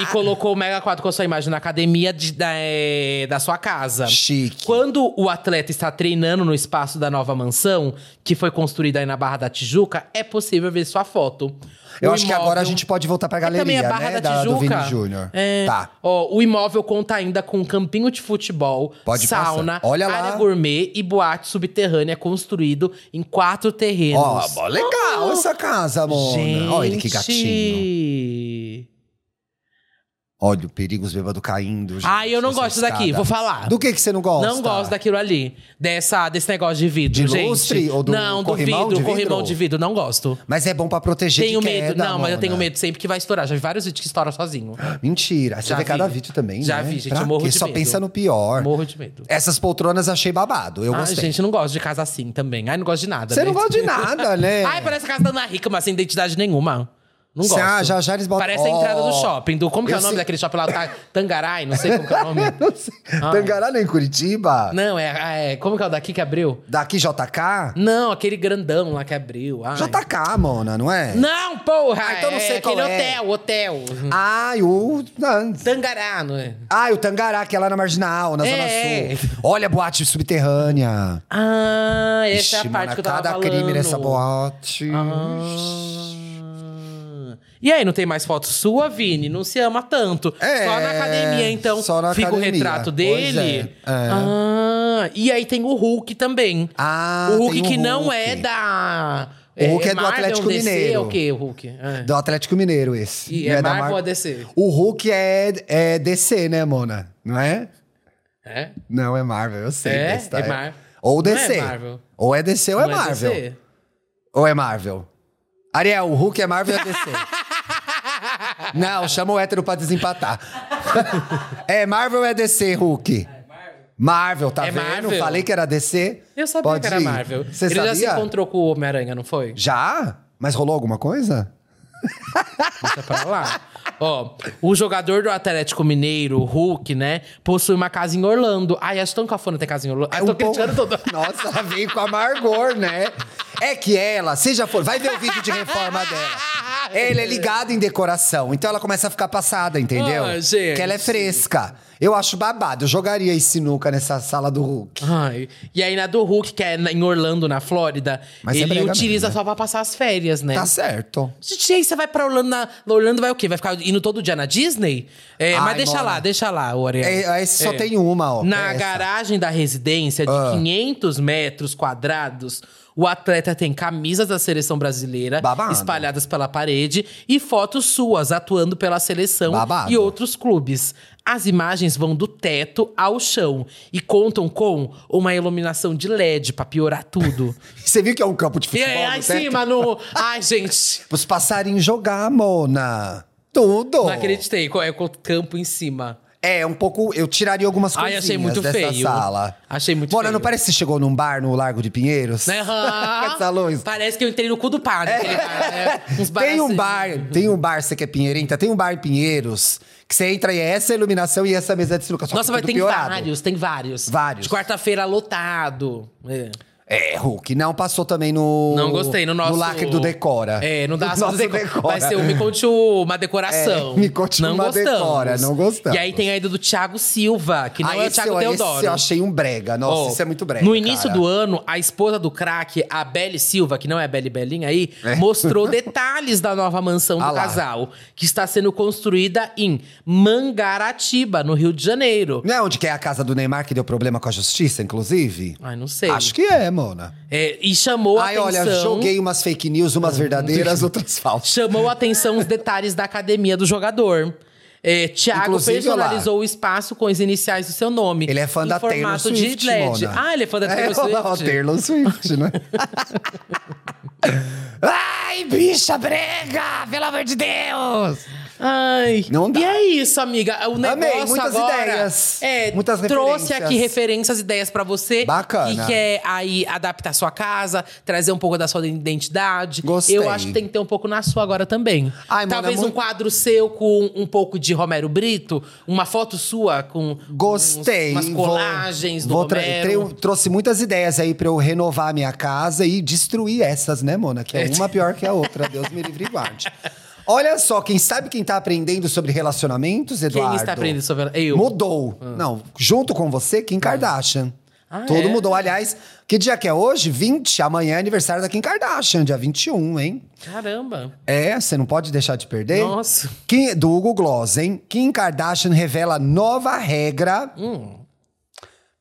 e colocou o Mega 4 com a sua imagem na academia de- da, é, da sua casa.
Chique.
Quando o atleta está treinando no espaço da nova mansão, que foi construída aí na Barra da Tijuca, é possível ver sua foto.
Eu
O
acho que agora a
imóvel-
gente pode voltar pra
É,
galeria,
também a Barra
né?
da
do
Tijuca.
Vini Júnior.
É.
Tá.
Ó, o imóvel conta ainda com um campinho de futebol,
Pode
sauna,
passar. Olha lá.
área gourmet e boate subterrânea construído em quatro terrenos. Oh,
Ó, ó, legal essa casa, Mona. Olha ele que gatinho. Olha, o perigos bêbado caindo. gente,
Ai, eu não
essa
gosto daqui,
escada.
vou falar.
Do que, que você não gosta?
Não gosto daquilo ali. Dessa, desse negócio de vidro,
De
gente.
lustre ou do
não, do
corrimão
vidro,
de vidro?
corrimão de vidro, não gosto.
Mas é bom pra proteger
Tenho
de
medo.
queda,
não, mas eu tenho
Mona.
medo sempre que vai estourar. Já vi vários vídeos que estouram sozinho.
Mentira. Você
Já
vê
vi.
cada vídeo também,
Já
né?
vi, gente,
Pra
eu morro
quê?
de
Só
medo.
pensa no pior.
Morro de medo.
Essas poltronas achei babado. Eu
Ai,
gostei.
gente, não gosto de casa assim também. Ai, não gosto de nada.
Você
né?
não gosta de nada, né?
Ai, parece a casa da Ana Rica, mas sem identidade nenhuma. Não
Cê-
gosto.
ah, já- já eles botam-
Parece a entrada do
Ó,
shopping. Do, como que é o
eu
nome
sei-
daquele shopping lá? Ta- Tangarai? Não sei como que é o nome.
Não sei.
Ah.
Tangará não é em Curitiba?
não, é, é- Como que é o daqui que abriu?
Daqui JK?
Não, aquele grandão lá que abriu. Ai.
JK, Mona, não é?
Não, porra!
Ah, então não sei
é
qual
aquele
é. Uhum.
hotel, hotel.
Ai, o.
Tangará, não é?
Ah, o Tangará, que é lá na Marginal, na
É.
Zona Sul. Olha a boate subterrânea.
Ah, essa é
Ixi,
a parte
mana,
que eu tava
cada
falando.
crime nessa boate.
Ah. E aí, não tem mais foto sua, Vini? Não se ama tanto.
É,
só na academia, então.
só na
fica o
academia.
retrato dele.
Pois é, é.
Ah, e aí tem o Hulk também.
Ah,
o Hulk
tem o
que não
Hulk.
é da.
O Hulk é do
Marvel,
Atlético
DC,
Mineiro.
É o quê, o Hulk? É.
Do Atlético Mineiro, esse.
E
Não
é
da
Marvel
Mar-
ou DC?
O Hulk é, é DC, né, Mona? Não é?
É?
Não, é Marvel, eu sei.
É?
desse, tá?
É Mar-
Ou
Não é
DC.
Marvel.
Ou é DC ou é
Não
Marvel.
DC?
Ou é Marvel? Ariel, o Hulk é Marvel ou é DC? Não, chama o hétero pra desempatar. é Marvel ou é DC, Hulk? Marvel, tá
É
vendo?
Marvel.
Falei que era DC.
Eu sabia
Pode
que era
ir.
Marvel.
Você
Ele já
sabia?
se encontrou com o Homem-Aranha, não foi?
Já? Mas rolou alguma coisa?
Deixa pra lá. Ó, o jogador do Atlético Mineiro, o Hulk, né? Possui uma casa em Orlando. Ai, acho tão cafona ter casa em Orlando. Ai, tô
É Um pouco-
criticando todo.
Nossa, ela veio com amargor, né? É que ela, se já for, vai ver o vídeo de reforma dela. Ela é ligada em decoração, então ela começa a ficar passada, entendeu?
Ah, gente.
Que ela é fresca. Eu acho babado. Eu jogaria aí sinuca nessa sala do Hulk.
Ai. E aí, na do Hulk, que é na- em Orlando, na Flórida,
Mas é
ele
brega
utiliza
mesmo, né?
só pra passar as férias, né?
Tá certo.
Gente, e aí você vai pra Orlando, na... Orlando vai o quê? Vai ficar indo todo dia na Disney? É,
Ai,
mas deixa
Mona.
lá, deixa lá, o Ariel.
É, esse só tem uma, ó.
Na
essa.
garagem da residência de
Ah.
500 metros quadrados, o atleta tem camisas da seleção brasileira
Babado.
espalhadas pela parede e fotos suas atuando pela seleção
Babado.
e outros clubes. As imagens vão do teto ao chão e contam com uma iluminação de LED pra piorar tudo.
Você viu que é um campo de
e
futebol?
aí, lá em
certo?
cima no. Ai, gente.
Os passarinhos jogar, Mona. Tudo.
Não acreditei, co- é com o campo em cima.
É, um pouco. Eu tiraria algumas
Ai,
coisinhas
achei muito
dessa
feio.
sala.
Achei muito
Mona,
feio.
não parece que você chegou num bar no Largo de Pinheiros?
Né?
Com essa luz.
Parece que eu entrei no cu do padre. aquele bar, né? Tá Uns
É. tem um
assim.
bar, tem um bar, você que é pinheirenta, tem um bar em Pinheiros, que você entra e é essa iluminação e essa mesa de sinuca. Só
Nossa,
que
vai
tudo
ter
piorado.
vários, tem vários.
Vários.
De quarta-feira lotado. É.
É, Hulk, não passou também no...
Não gostei, no nosso.
No lacre do Decora.
É, não dá
no nosso
deco-
Decora.
Vai ser o Me Conte uma decoração.
É, Me Conte
não
Uma
gostamos.
Decora, não gostamos.
E aí tem ainda do Thiago Silva, que não
Ah,
é o
esse
Thiago
eu-
Teodoro.
Esse eu achei um brega, nossa,
Ó,
isso é muito brega,
No início
cara.
do ano, a esposa do craque, a Belle Silva, que não é a Belle Belinha aí, mostrou detalhes da nova mansão do
Ah lá.
casal, que está sendo construída em Mangaratiba, no Rio de Janeiro.
Não é onde que é a casa do Neymar que deu problema com a justiça, inclusive?
Ai, não sei.
Acho que é, Mona.
É, e chamou a
Ai,
atenção.
olha, joguei umas fake news, umas verdadeiras, outras falsas.
Chamou a atenção os detalhes da academia do jogador. É, Thiago
Inclusive,
personalizou o espaço com as iniciais do seu nome.
Ele é fã
em
da Taylor
formato
Swift,
de LED.
Mona.
Ah, ele é fã da Taylor
É, o
Swift.
Taylor Swift, né? Ai, bicha brega, pelo amor de Deus!
Ai.
Não dá.
E é isso, amiga. O negócio
muitas
agora
ideias,
É,
muitas
trouxe
referências.
aqui referências, ideias pra você.
Bacana.
Que quer aí adaptar sua casa, trazer um pouco da sua identidade.
Gostei.
Eu acho que tem que ter um pouco na sua agora também.
Ai, mano,
Talvez
é
um
muito-
quadro seu com um pouco de Romero Brito, uma foto sua com
Gostei.
uns- umas
vou-
colagens do
vou tra- um
Romero.
treu- trouxe muitas ideias aí pra eu renovar a minha casa e destruir essas, né, Mona? Que é uma pior que a outra. Deus me livre e guarde. Olha só, quem sabe quem tá aprendendo sobre relacionamentos, Eduardo?
Quem está aprendendo sobre eu?
Mudou. Não, junto com você, Kim Kardashian.
Ah, é?
Tudo mudou. Aliás, que dia que é hoje? 20. Amanhã é aniversário da Kim Kardashian, dia 21, hein?
Caramba.
É, você não pode deixar de perder.
Nossa.
Kim,
Hum.
do Hugo Gloss, hein? Kim Kardashian revela nova regra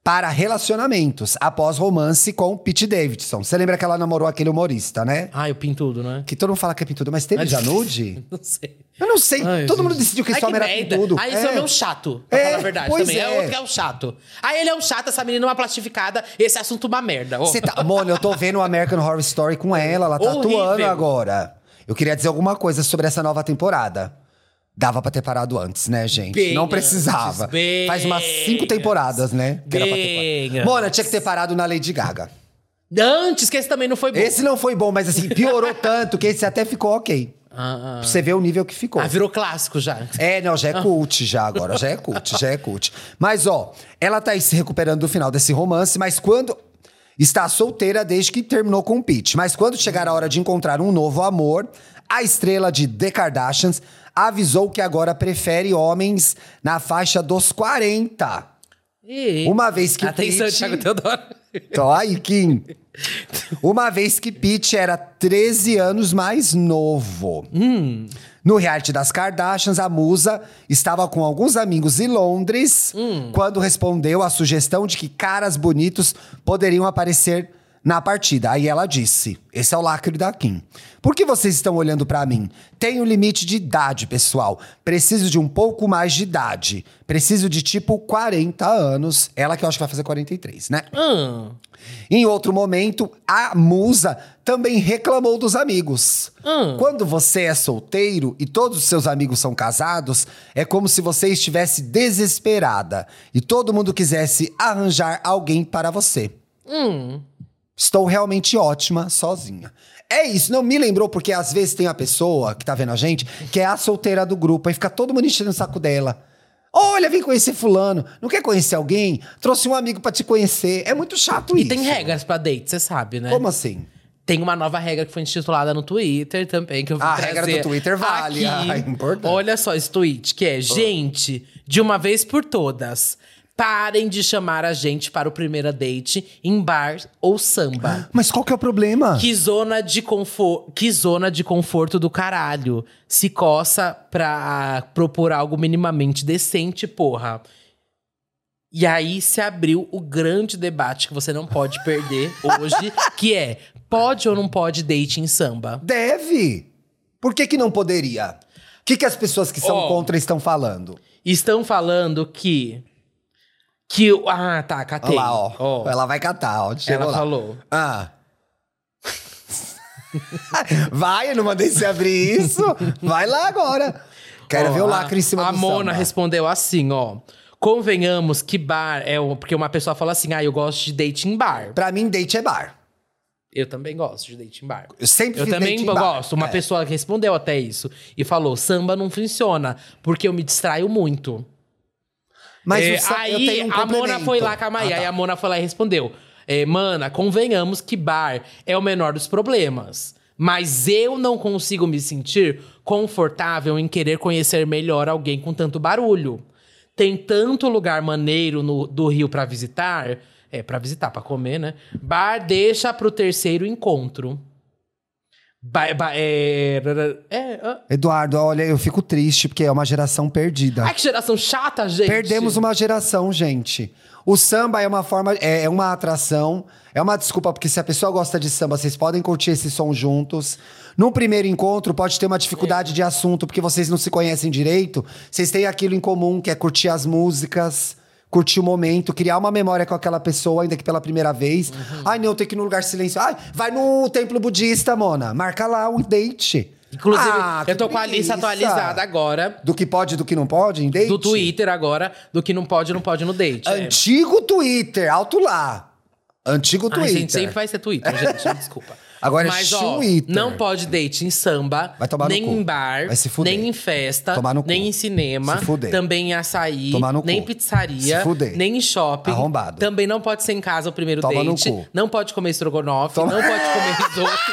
para relacionamentos após romance com Pete Davidson. Você lembra que ela namorou aquele humorista, né?
Ai, o pintudo, né?
Que todo mundo fala que é pintudo, mas teve já nude?
Não sei.
Eu não sei.
Ai,
todo
gente.
mundo decidiu que
Ai,
esse homem era
merda.
pintudo.
Aí esse homem é um chato, pra
É,
falar a verdade
pois
também. É.
é.
outro que é um chato. Aí ele é um chato, essa menina é uma plastificada, esse assunto uma merda. Ô,
Você tá... Mona, eu tô vendo o American Horror Story com ela, ela tá
Horrível.
atuando agora. Eu queria dizer alguma coisa sobre essa nova temporada. Dava pra ter parado antes, né, gente?
Bem
Não precisava.
antes, bem
Faz umas cinco temporadas, né? Que
Bem
parado.
antes.
Mona, tinha que ter parado na Lady Gaga.
Antes, que esse também não foi bom.
Esse não foi bom, mas assim, piorou tanto que esse até ficou ok.
Ah, ah.
Pra você ver o nível que ficou.
Ah, virou clássico já.
É, não, já é cult já agora, já é cult, já é cult. Mas ó, ela tá aí se recuperando do final desse romance, mas quando está solteira desde que terminou com o Pete, mas quando chegar a hora de encontrar um novo amor, a estrela de The Kardashians avisou que agora prefere homens na faixa dos 40.
Ih.
Uma vez que o
Atenção,
Pete-
Thiago Teodoro.
Então, aí, Kim. Uma vez que Pete era 13 anos mais novo. No reality das Kardashians, a musa estava com alguns amigos em Londres quando respondeu à sugestão de que caras bonitos poderiam aparecer na partida. Aí ela disse: Esse é o lacre da Kim. Por que vocês estão olhando pra mim? Tenho um limite de idade, pessoal. Preciso de um pouco mais de idade. Preciso de tipo 40 anos. Ela que eu acho que vai fazer 43, né?
Hum.
Em outro momento, a musa também reclamou dos amigos.
Hum.
Quando você é solteiro e todos os seus amigos são casados, é como se você estivesse desesperada e todo mundo quisesse arranjar alguém para você.
Hum,
Estou realmente ótima sozinha. É isso, não me lembrou, porque às vezes tem a pessoa que tá vendo a gente, que é a solteira do grupo, aí fica todo mundo enchendo o saco dela. Olha, vem conhecer fulano. Não quer conhecer alguém? Trouxe um amigo pra te conhecer. É muito chato
E
isso.
tem regras pra date, você sabe, né?
Como assim?
Tem uma nova regra que foi intitulada no Twitter também, que eu vou
A
trazer
Ah, regra do Twitter vale,
aqui.
ah, é importante.
Olha só esse tweet, que é... Gente, de uma vez por todas, parem de chamar a gente para o primeira date em bar ou samba.
Mas qual que é o problema?
Que zona, de confo- que zona de conforto do caralho. Se coça pra propor algo minimamente decente, porra. E aí se abriu o grande debate que você não pode perder hoje, que é pode ou não pode date em samba?
Deve. Por que que não poderia? O que, que as pessoas que são
Ó.
contra estão falando?
Estão falando que. Que. o- Ah, tá, catei.
Olha lá, ó. Ela vai catar, ó. Chegou
Ela
lá.
falou.
Ah. Vai, eu não mandei você abrir isso. Vai lá agora. Quero
Ó,
ver o
a-
lacre em cima
A
do
Mona
samba.
respondeu assim, ó. Convenhamos que bar é um... Porque uma pessoa fala assim, ah, eu gosto de date em bar.
Pra mim, date é bar.
Eu também gosto de date em bar.
Eu sempre
Eu
fiz
também
date em bar.
gosto. Uma
É.
pessoa respondeu até isso e falou, samba não funciona, porque eu me distraio muito.
Mas
É,
o sa- eu
aí
tenho um
a Mona
complemento.
foi lá com a Maia,
Ah, tá.
aí a Mona foi lá e respondeu. é, mana, convenhamos que bar é o menor dos problemas. Mas eu não consigo me sentir confortável em querer conhecer melhor alguém com tanto barulho. Tem tanto lugar maneiro no- do Rio pra visitar. É, pra visitar, pra comer, né? Bar deixa pro terceiro encontro. Ba- ba- é, é, ah.
Eduardo, olha, eu fico triste porque é uma geração perdida.
Ai, é que geração chata, gente.
Perdemos uma geração, gente. O samba é uma forma, é, é uma atração, é uma desculpa, porque se a pessoa gosta de samba, vocês podem curtir esse som juntos. Num primeiro encontro, pode ter uma dificuldade de assunto, porque vocês não se conhecem direito. Vocês têm aquilo em comum, que é curtir as músicas, curtir o momento, criar uma memória com aquela pessoa, ainda que pela primeira vez.
Uhum.
Ai, não, tem que ir num lugar silencioso. Ai, vai no templo budista, Mona. Marca lá um date.
Inclusive,
Ah,
eu
que
tô com a lista
preguiça.
atualizada agora.
Do que pode e do que não pode em date?
Do Twitter agora, do que não pode, não pode no date. É.
Antigo Twitter, alto lá. Antigo
Ai,
Twitter.
gente, sempre vai ser Twitter, gente. desculpa.
Agora é
Mas, ó,
Twitter.
não pode date em samba,
Vai tomar no
nem
cu.
em bar,
Vai se fuder.
nem em festa,
Tomar no cu.
nem em cinema,
Se fuder.
também em açaí,
Tomar no cu.
nem em pizzaria,
Se fuder.
nem em shopping.
Arrombado.
Também não pode ser em casa o primeiro
Toma no
date.
cu.
Não pode comer estrogonofe,
Toma-
não pode comer risoto.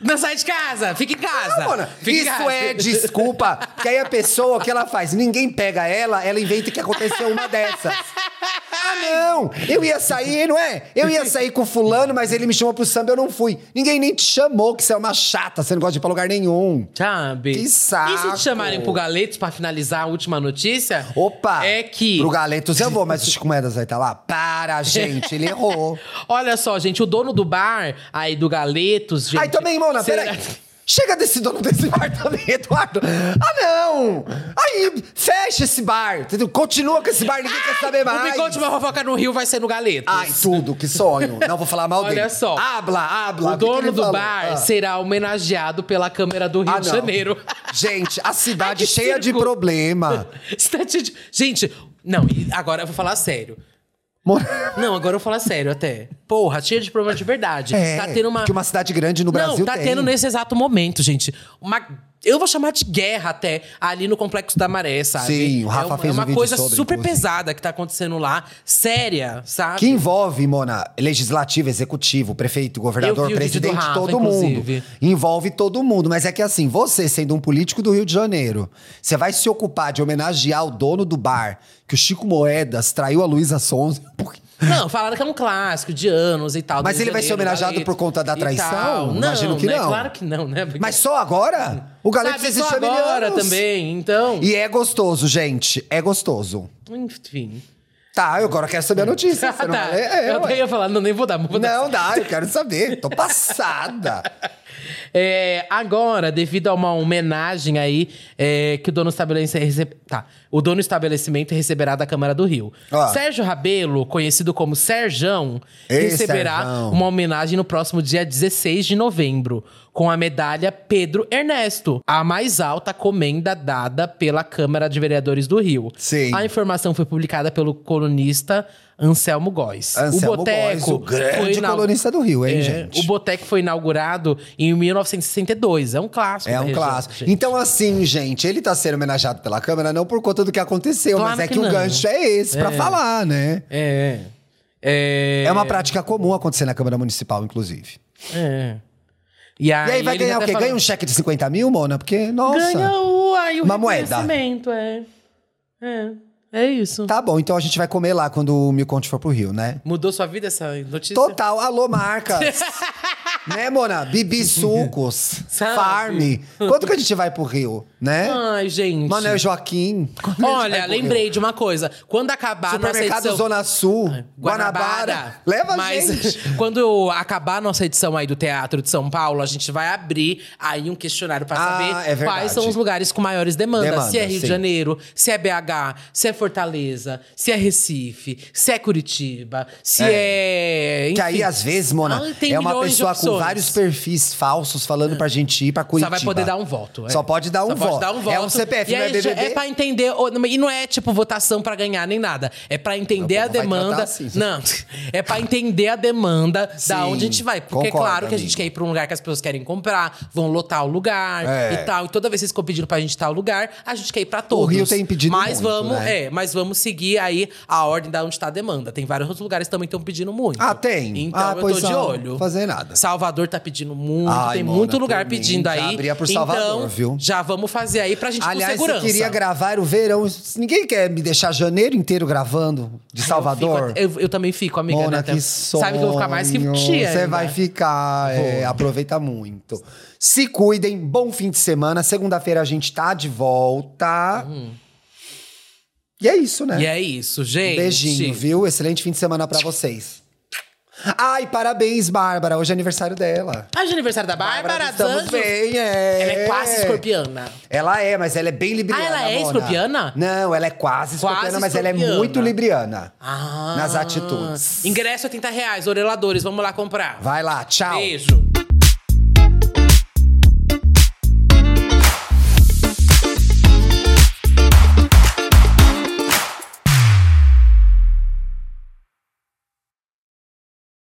Não sai de casa, fica em casa.
Não, Mona,
Fica em
isso
casa.
é desculpa. Porque aí a pessoa, o que ela faz? Ninguém pega ela, ela inventa que aconteceu uma dessas. Ah, Não, eu ia sair, não é? Eu ia sair com fulano, mas ele me chamou pro samba, eu não fui. Ninguém nem te chamou, que você é uma chata, você não gosta de ir pra lugar nenhum.
Sabe?
Que saco.
E se te chamarem pro Galetos pra finalizar a última notícia?
Opa!
É que.
Pro Galetos eu vou, mas o Chico Moedas vai estar lá? Para, gente, ele errou.
Olha só, gente, o dono do bar aí do Galetos. Gente,
Ai, também, Mona,
será-
peraí. Chega desse dono desse bar também, Eduardo. Ah, não! Aí, fecha esse bar, entendeu? Continua com esse bar, ninguém quer saber
O
mais.
Bigote de uma fofoca no Rio vai ser no Galetos.
Ai, tudo, que sonho. Não vou falar mal
Olha
dele.
só.
Habla, habla.
o
que que
dono
ele
do
falou?
bar
Ah.
será homenageado pela Câmara do Rio
Ah,
de
não.
Janeiro.
Gente, a cidade
Ai, que
é cheia de
circo.
problema.
Está tá te- Gente, não, e agora eu vou falar sério.
Mor-
Não, agora eu vou falar sério até. Porra, cheia de problema de verdade.
É,
tá tendo uma.
que uma cidade grande no Brasil
Não, tá
tem.
tendo nesse exato momento, gente. Uma. Eu vou chamar de guerra até ali no Complexo da Maré, sabe?
Sim, o
é
Rafa
uma,
fez um
É uma
vídeo
coisa
sobre,
super
inclusive.
pesada que tá acontecendo lá, séria, sabe?
Que envolve, Mona, legislativo, executivo, prefeito,
Eu
governador,
vi o vídeo do
presidente,
Rafa,
todo
inclusive.
mundo. Envolve todo mundo. Mas é que assim, você sendo um político do Rio de Janeiro, você vai se ocupar de homenagear o dono do bar, que o Chico Moedas traiu a Luísa Sons.
Não, falaram que é um clássico de anos e tal.
Mas
do
ele vai ser
Janeiro,
homenageado
Galeto
por conta da
e
traição?
tal. Não,
Imagino que
né?
não.
Claro que não, né? Porque-
Mas só agora? O Galeto
Sabe,
existe
só
há mil
agora
anos.
também, então.
E é gostoso, gente. É gostoso.
Enfim.
Tá, eu agora quero saber a notícia. Você não vai ler? É,
Tá. eu
ué.
até ia falar, não, nem vou dar, vou dar.
Não dá, eu quero saber. Tô passada.
É, agora, devido a uma homenagem aí é, que o dono, estabelecimento rece- tá, o dono do estabelecimento receberá da Câmara do Rio.
Ah.
Sérgio Rabelo, conhecido como Serjão,
Ei,
receberá
Serjão.
uma homenagem no próximo dia 16 de novembro, com a medalha Pedro Ernesto, a mais alta comenda dada pela Câmara de Vereadores do Rio.
Sim.
A informação foi publicada pelo colunista Anselmo Góes.
Anselmo
o Boteco
Góes, o grande
foi inau-
colunista do Rio, hein,
É,
gente?
O Boteco foi inaugurado em 1962. É um clássico.
É
da
um
região,
clássico.
gente.
Então, assim, gente, ele tá sendo homenageado pela Câmara não por conta do que aconteceu,
Claro
mas é
que
que, o
não.
gancho é esse, pra falar, né?
É. É.
É. uma prática comum acontecer na Câmara Municipal, inclusive.
é. E aí,
e aí vai
eles
ganhar o
até
quê?
falam-
Ganha um cheque de 50 mil, Mona? Porque, nossa.
Ganha o, aí, o
Uma moeda.
reconhecimento, é. É. É isso.
Tá bom, então a gente vai comer lá quando o Mil Conte for pro Rio, né?
Mudou sua vida essa notícia?
Total, alô, marcas. né, Mona? Bibi Sucos,
Sabe? Ah,
Farm. Quando que a gente vai pro Rio, né?
Ai, gente.
Manuel é Joaquim. Quando que a gente vai
Olha,
pro
lembrei
Rio?
de uma coisa. Quando acabar a nossa
Supermercado
edição...
Zona Sul, Guanabara. Leva a
Mas
gente.
quando acabar a nossa edição aí do Teatro de São Paulo, a gente vai abrir aí um questionário pra
Ah,
saber
é verdade.
quais são os lugares com maiores demandas.
Demanda,
se é Rio
sim.
de Janeiro, se é BH, se é Fortaleza, se é Recife, se é Curitiba, se é...
Que aí,
enfim.
às vezes, Mona,
Ah, tem
é uma
milhões de
pessoa com
opções.
vários perfis falsos falando pra gente ir pra
Só
Curitiba.
vai poder dar um voto. é.
Só pode dar um
Só
voto.
pode dar um
É
voto.
um CPF,
e
não é
aí já-
BBB?
É pra entender. ou- E não é tipo votação pra ganhar nem nada. É pra entender
O
a
povo vai tratar
demanda.
assim.
Não. É pra entender a demanda
Sim,
da onde a gente vai. Porque é
concordo,
claro que a gente
amigo.
quer ir pra um lugar que as pessoas querem comprar, vão lotar o lugar
É.
e tal. E toda vez que vocês ficam pedindo pra gente tal lugar, a gente quer ir pra todos.
Rio tem pedido
mas
muito,
vamos,
né?
é, mas vamos seguir aí a ordem da onde tá a demanda. Tem vários outros lugares que também estão pedindo muito.
Ah, tem?
Então
Ah,
eu
pois
tô de
não.
olho.
Fazer nada.
Salvador tá pedindo muito,
Ai,
tem
Mona,
muito
por
lugar
mim,
pedindo
já
aí.
abria pro Salvador,
então,
viu?
Já vamos fazer aí pra gente
Aliás,
com segurança.
eu queria gravar o verão. Ninguém quer me deixar janeiro inteiro gravando de
Eu,
Salvador.
fico- eu- eu também fico, amiga.
Mona,
né?
que sonho.
Sabe que eu vou ficar mais que tia.
Você
ainda.
vai ficar. é, aproveita muito. Se cuidem. Bom fim de semana. Segunda-feira a gente tá de volta.
Uhum.
E é isso, né?
E é isso, gente.
Beijinho, viu? Excelente fim de semana pra vocês. Ai, parabéns, Bárbara. Hoje é aniversário dela.
Ah, de aniversário da Bárbara,
estamos
Danjos.
bem, é.
Ela é quase escorpiana.
Ela é, mas ela é bem libriana.
Ah, ela é
Mona.
escorpiana?
Não, ela é quase escorpiana,
Quase
mas ela é
escorpiana.
muito libriana.
Ah.
Nas atitudes.
Ingresso é 80 reais, oreladores, vamos lá comprar.
Vai lá, tchau.
Beijo.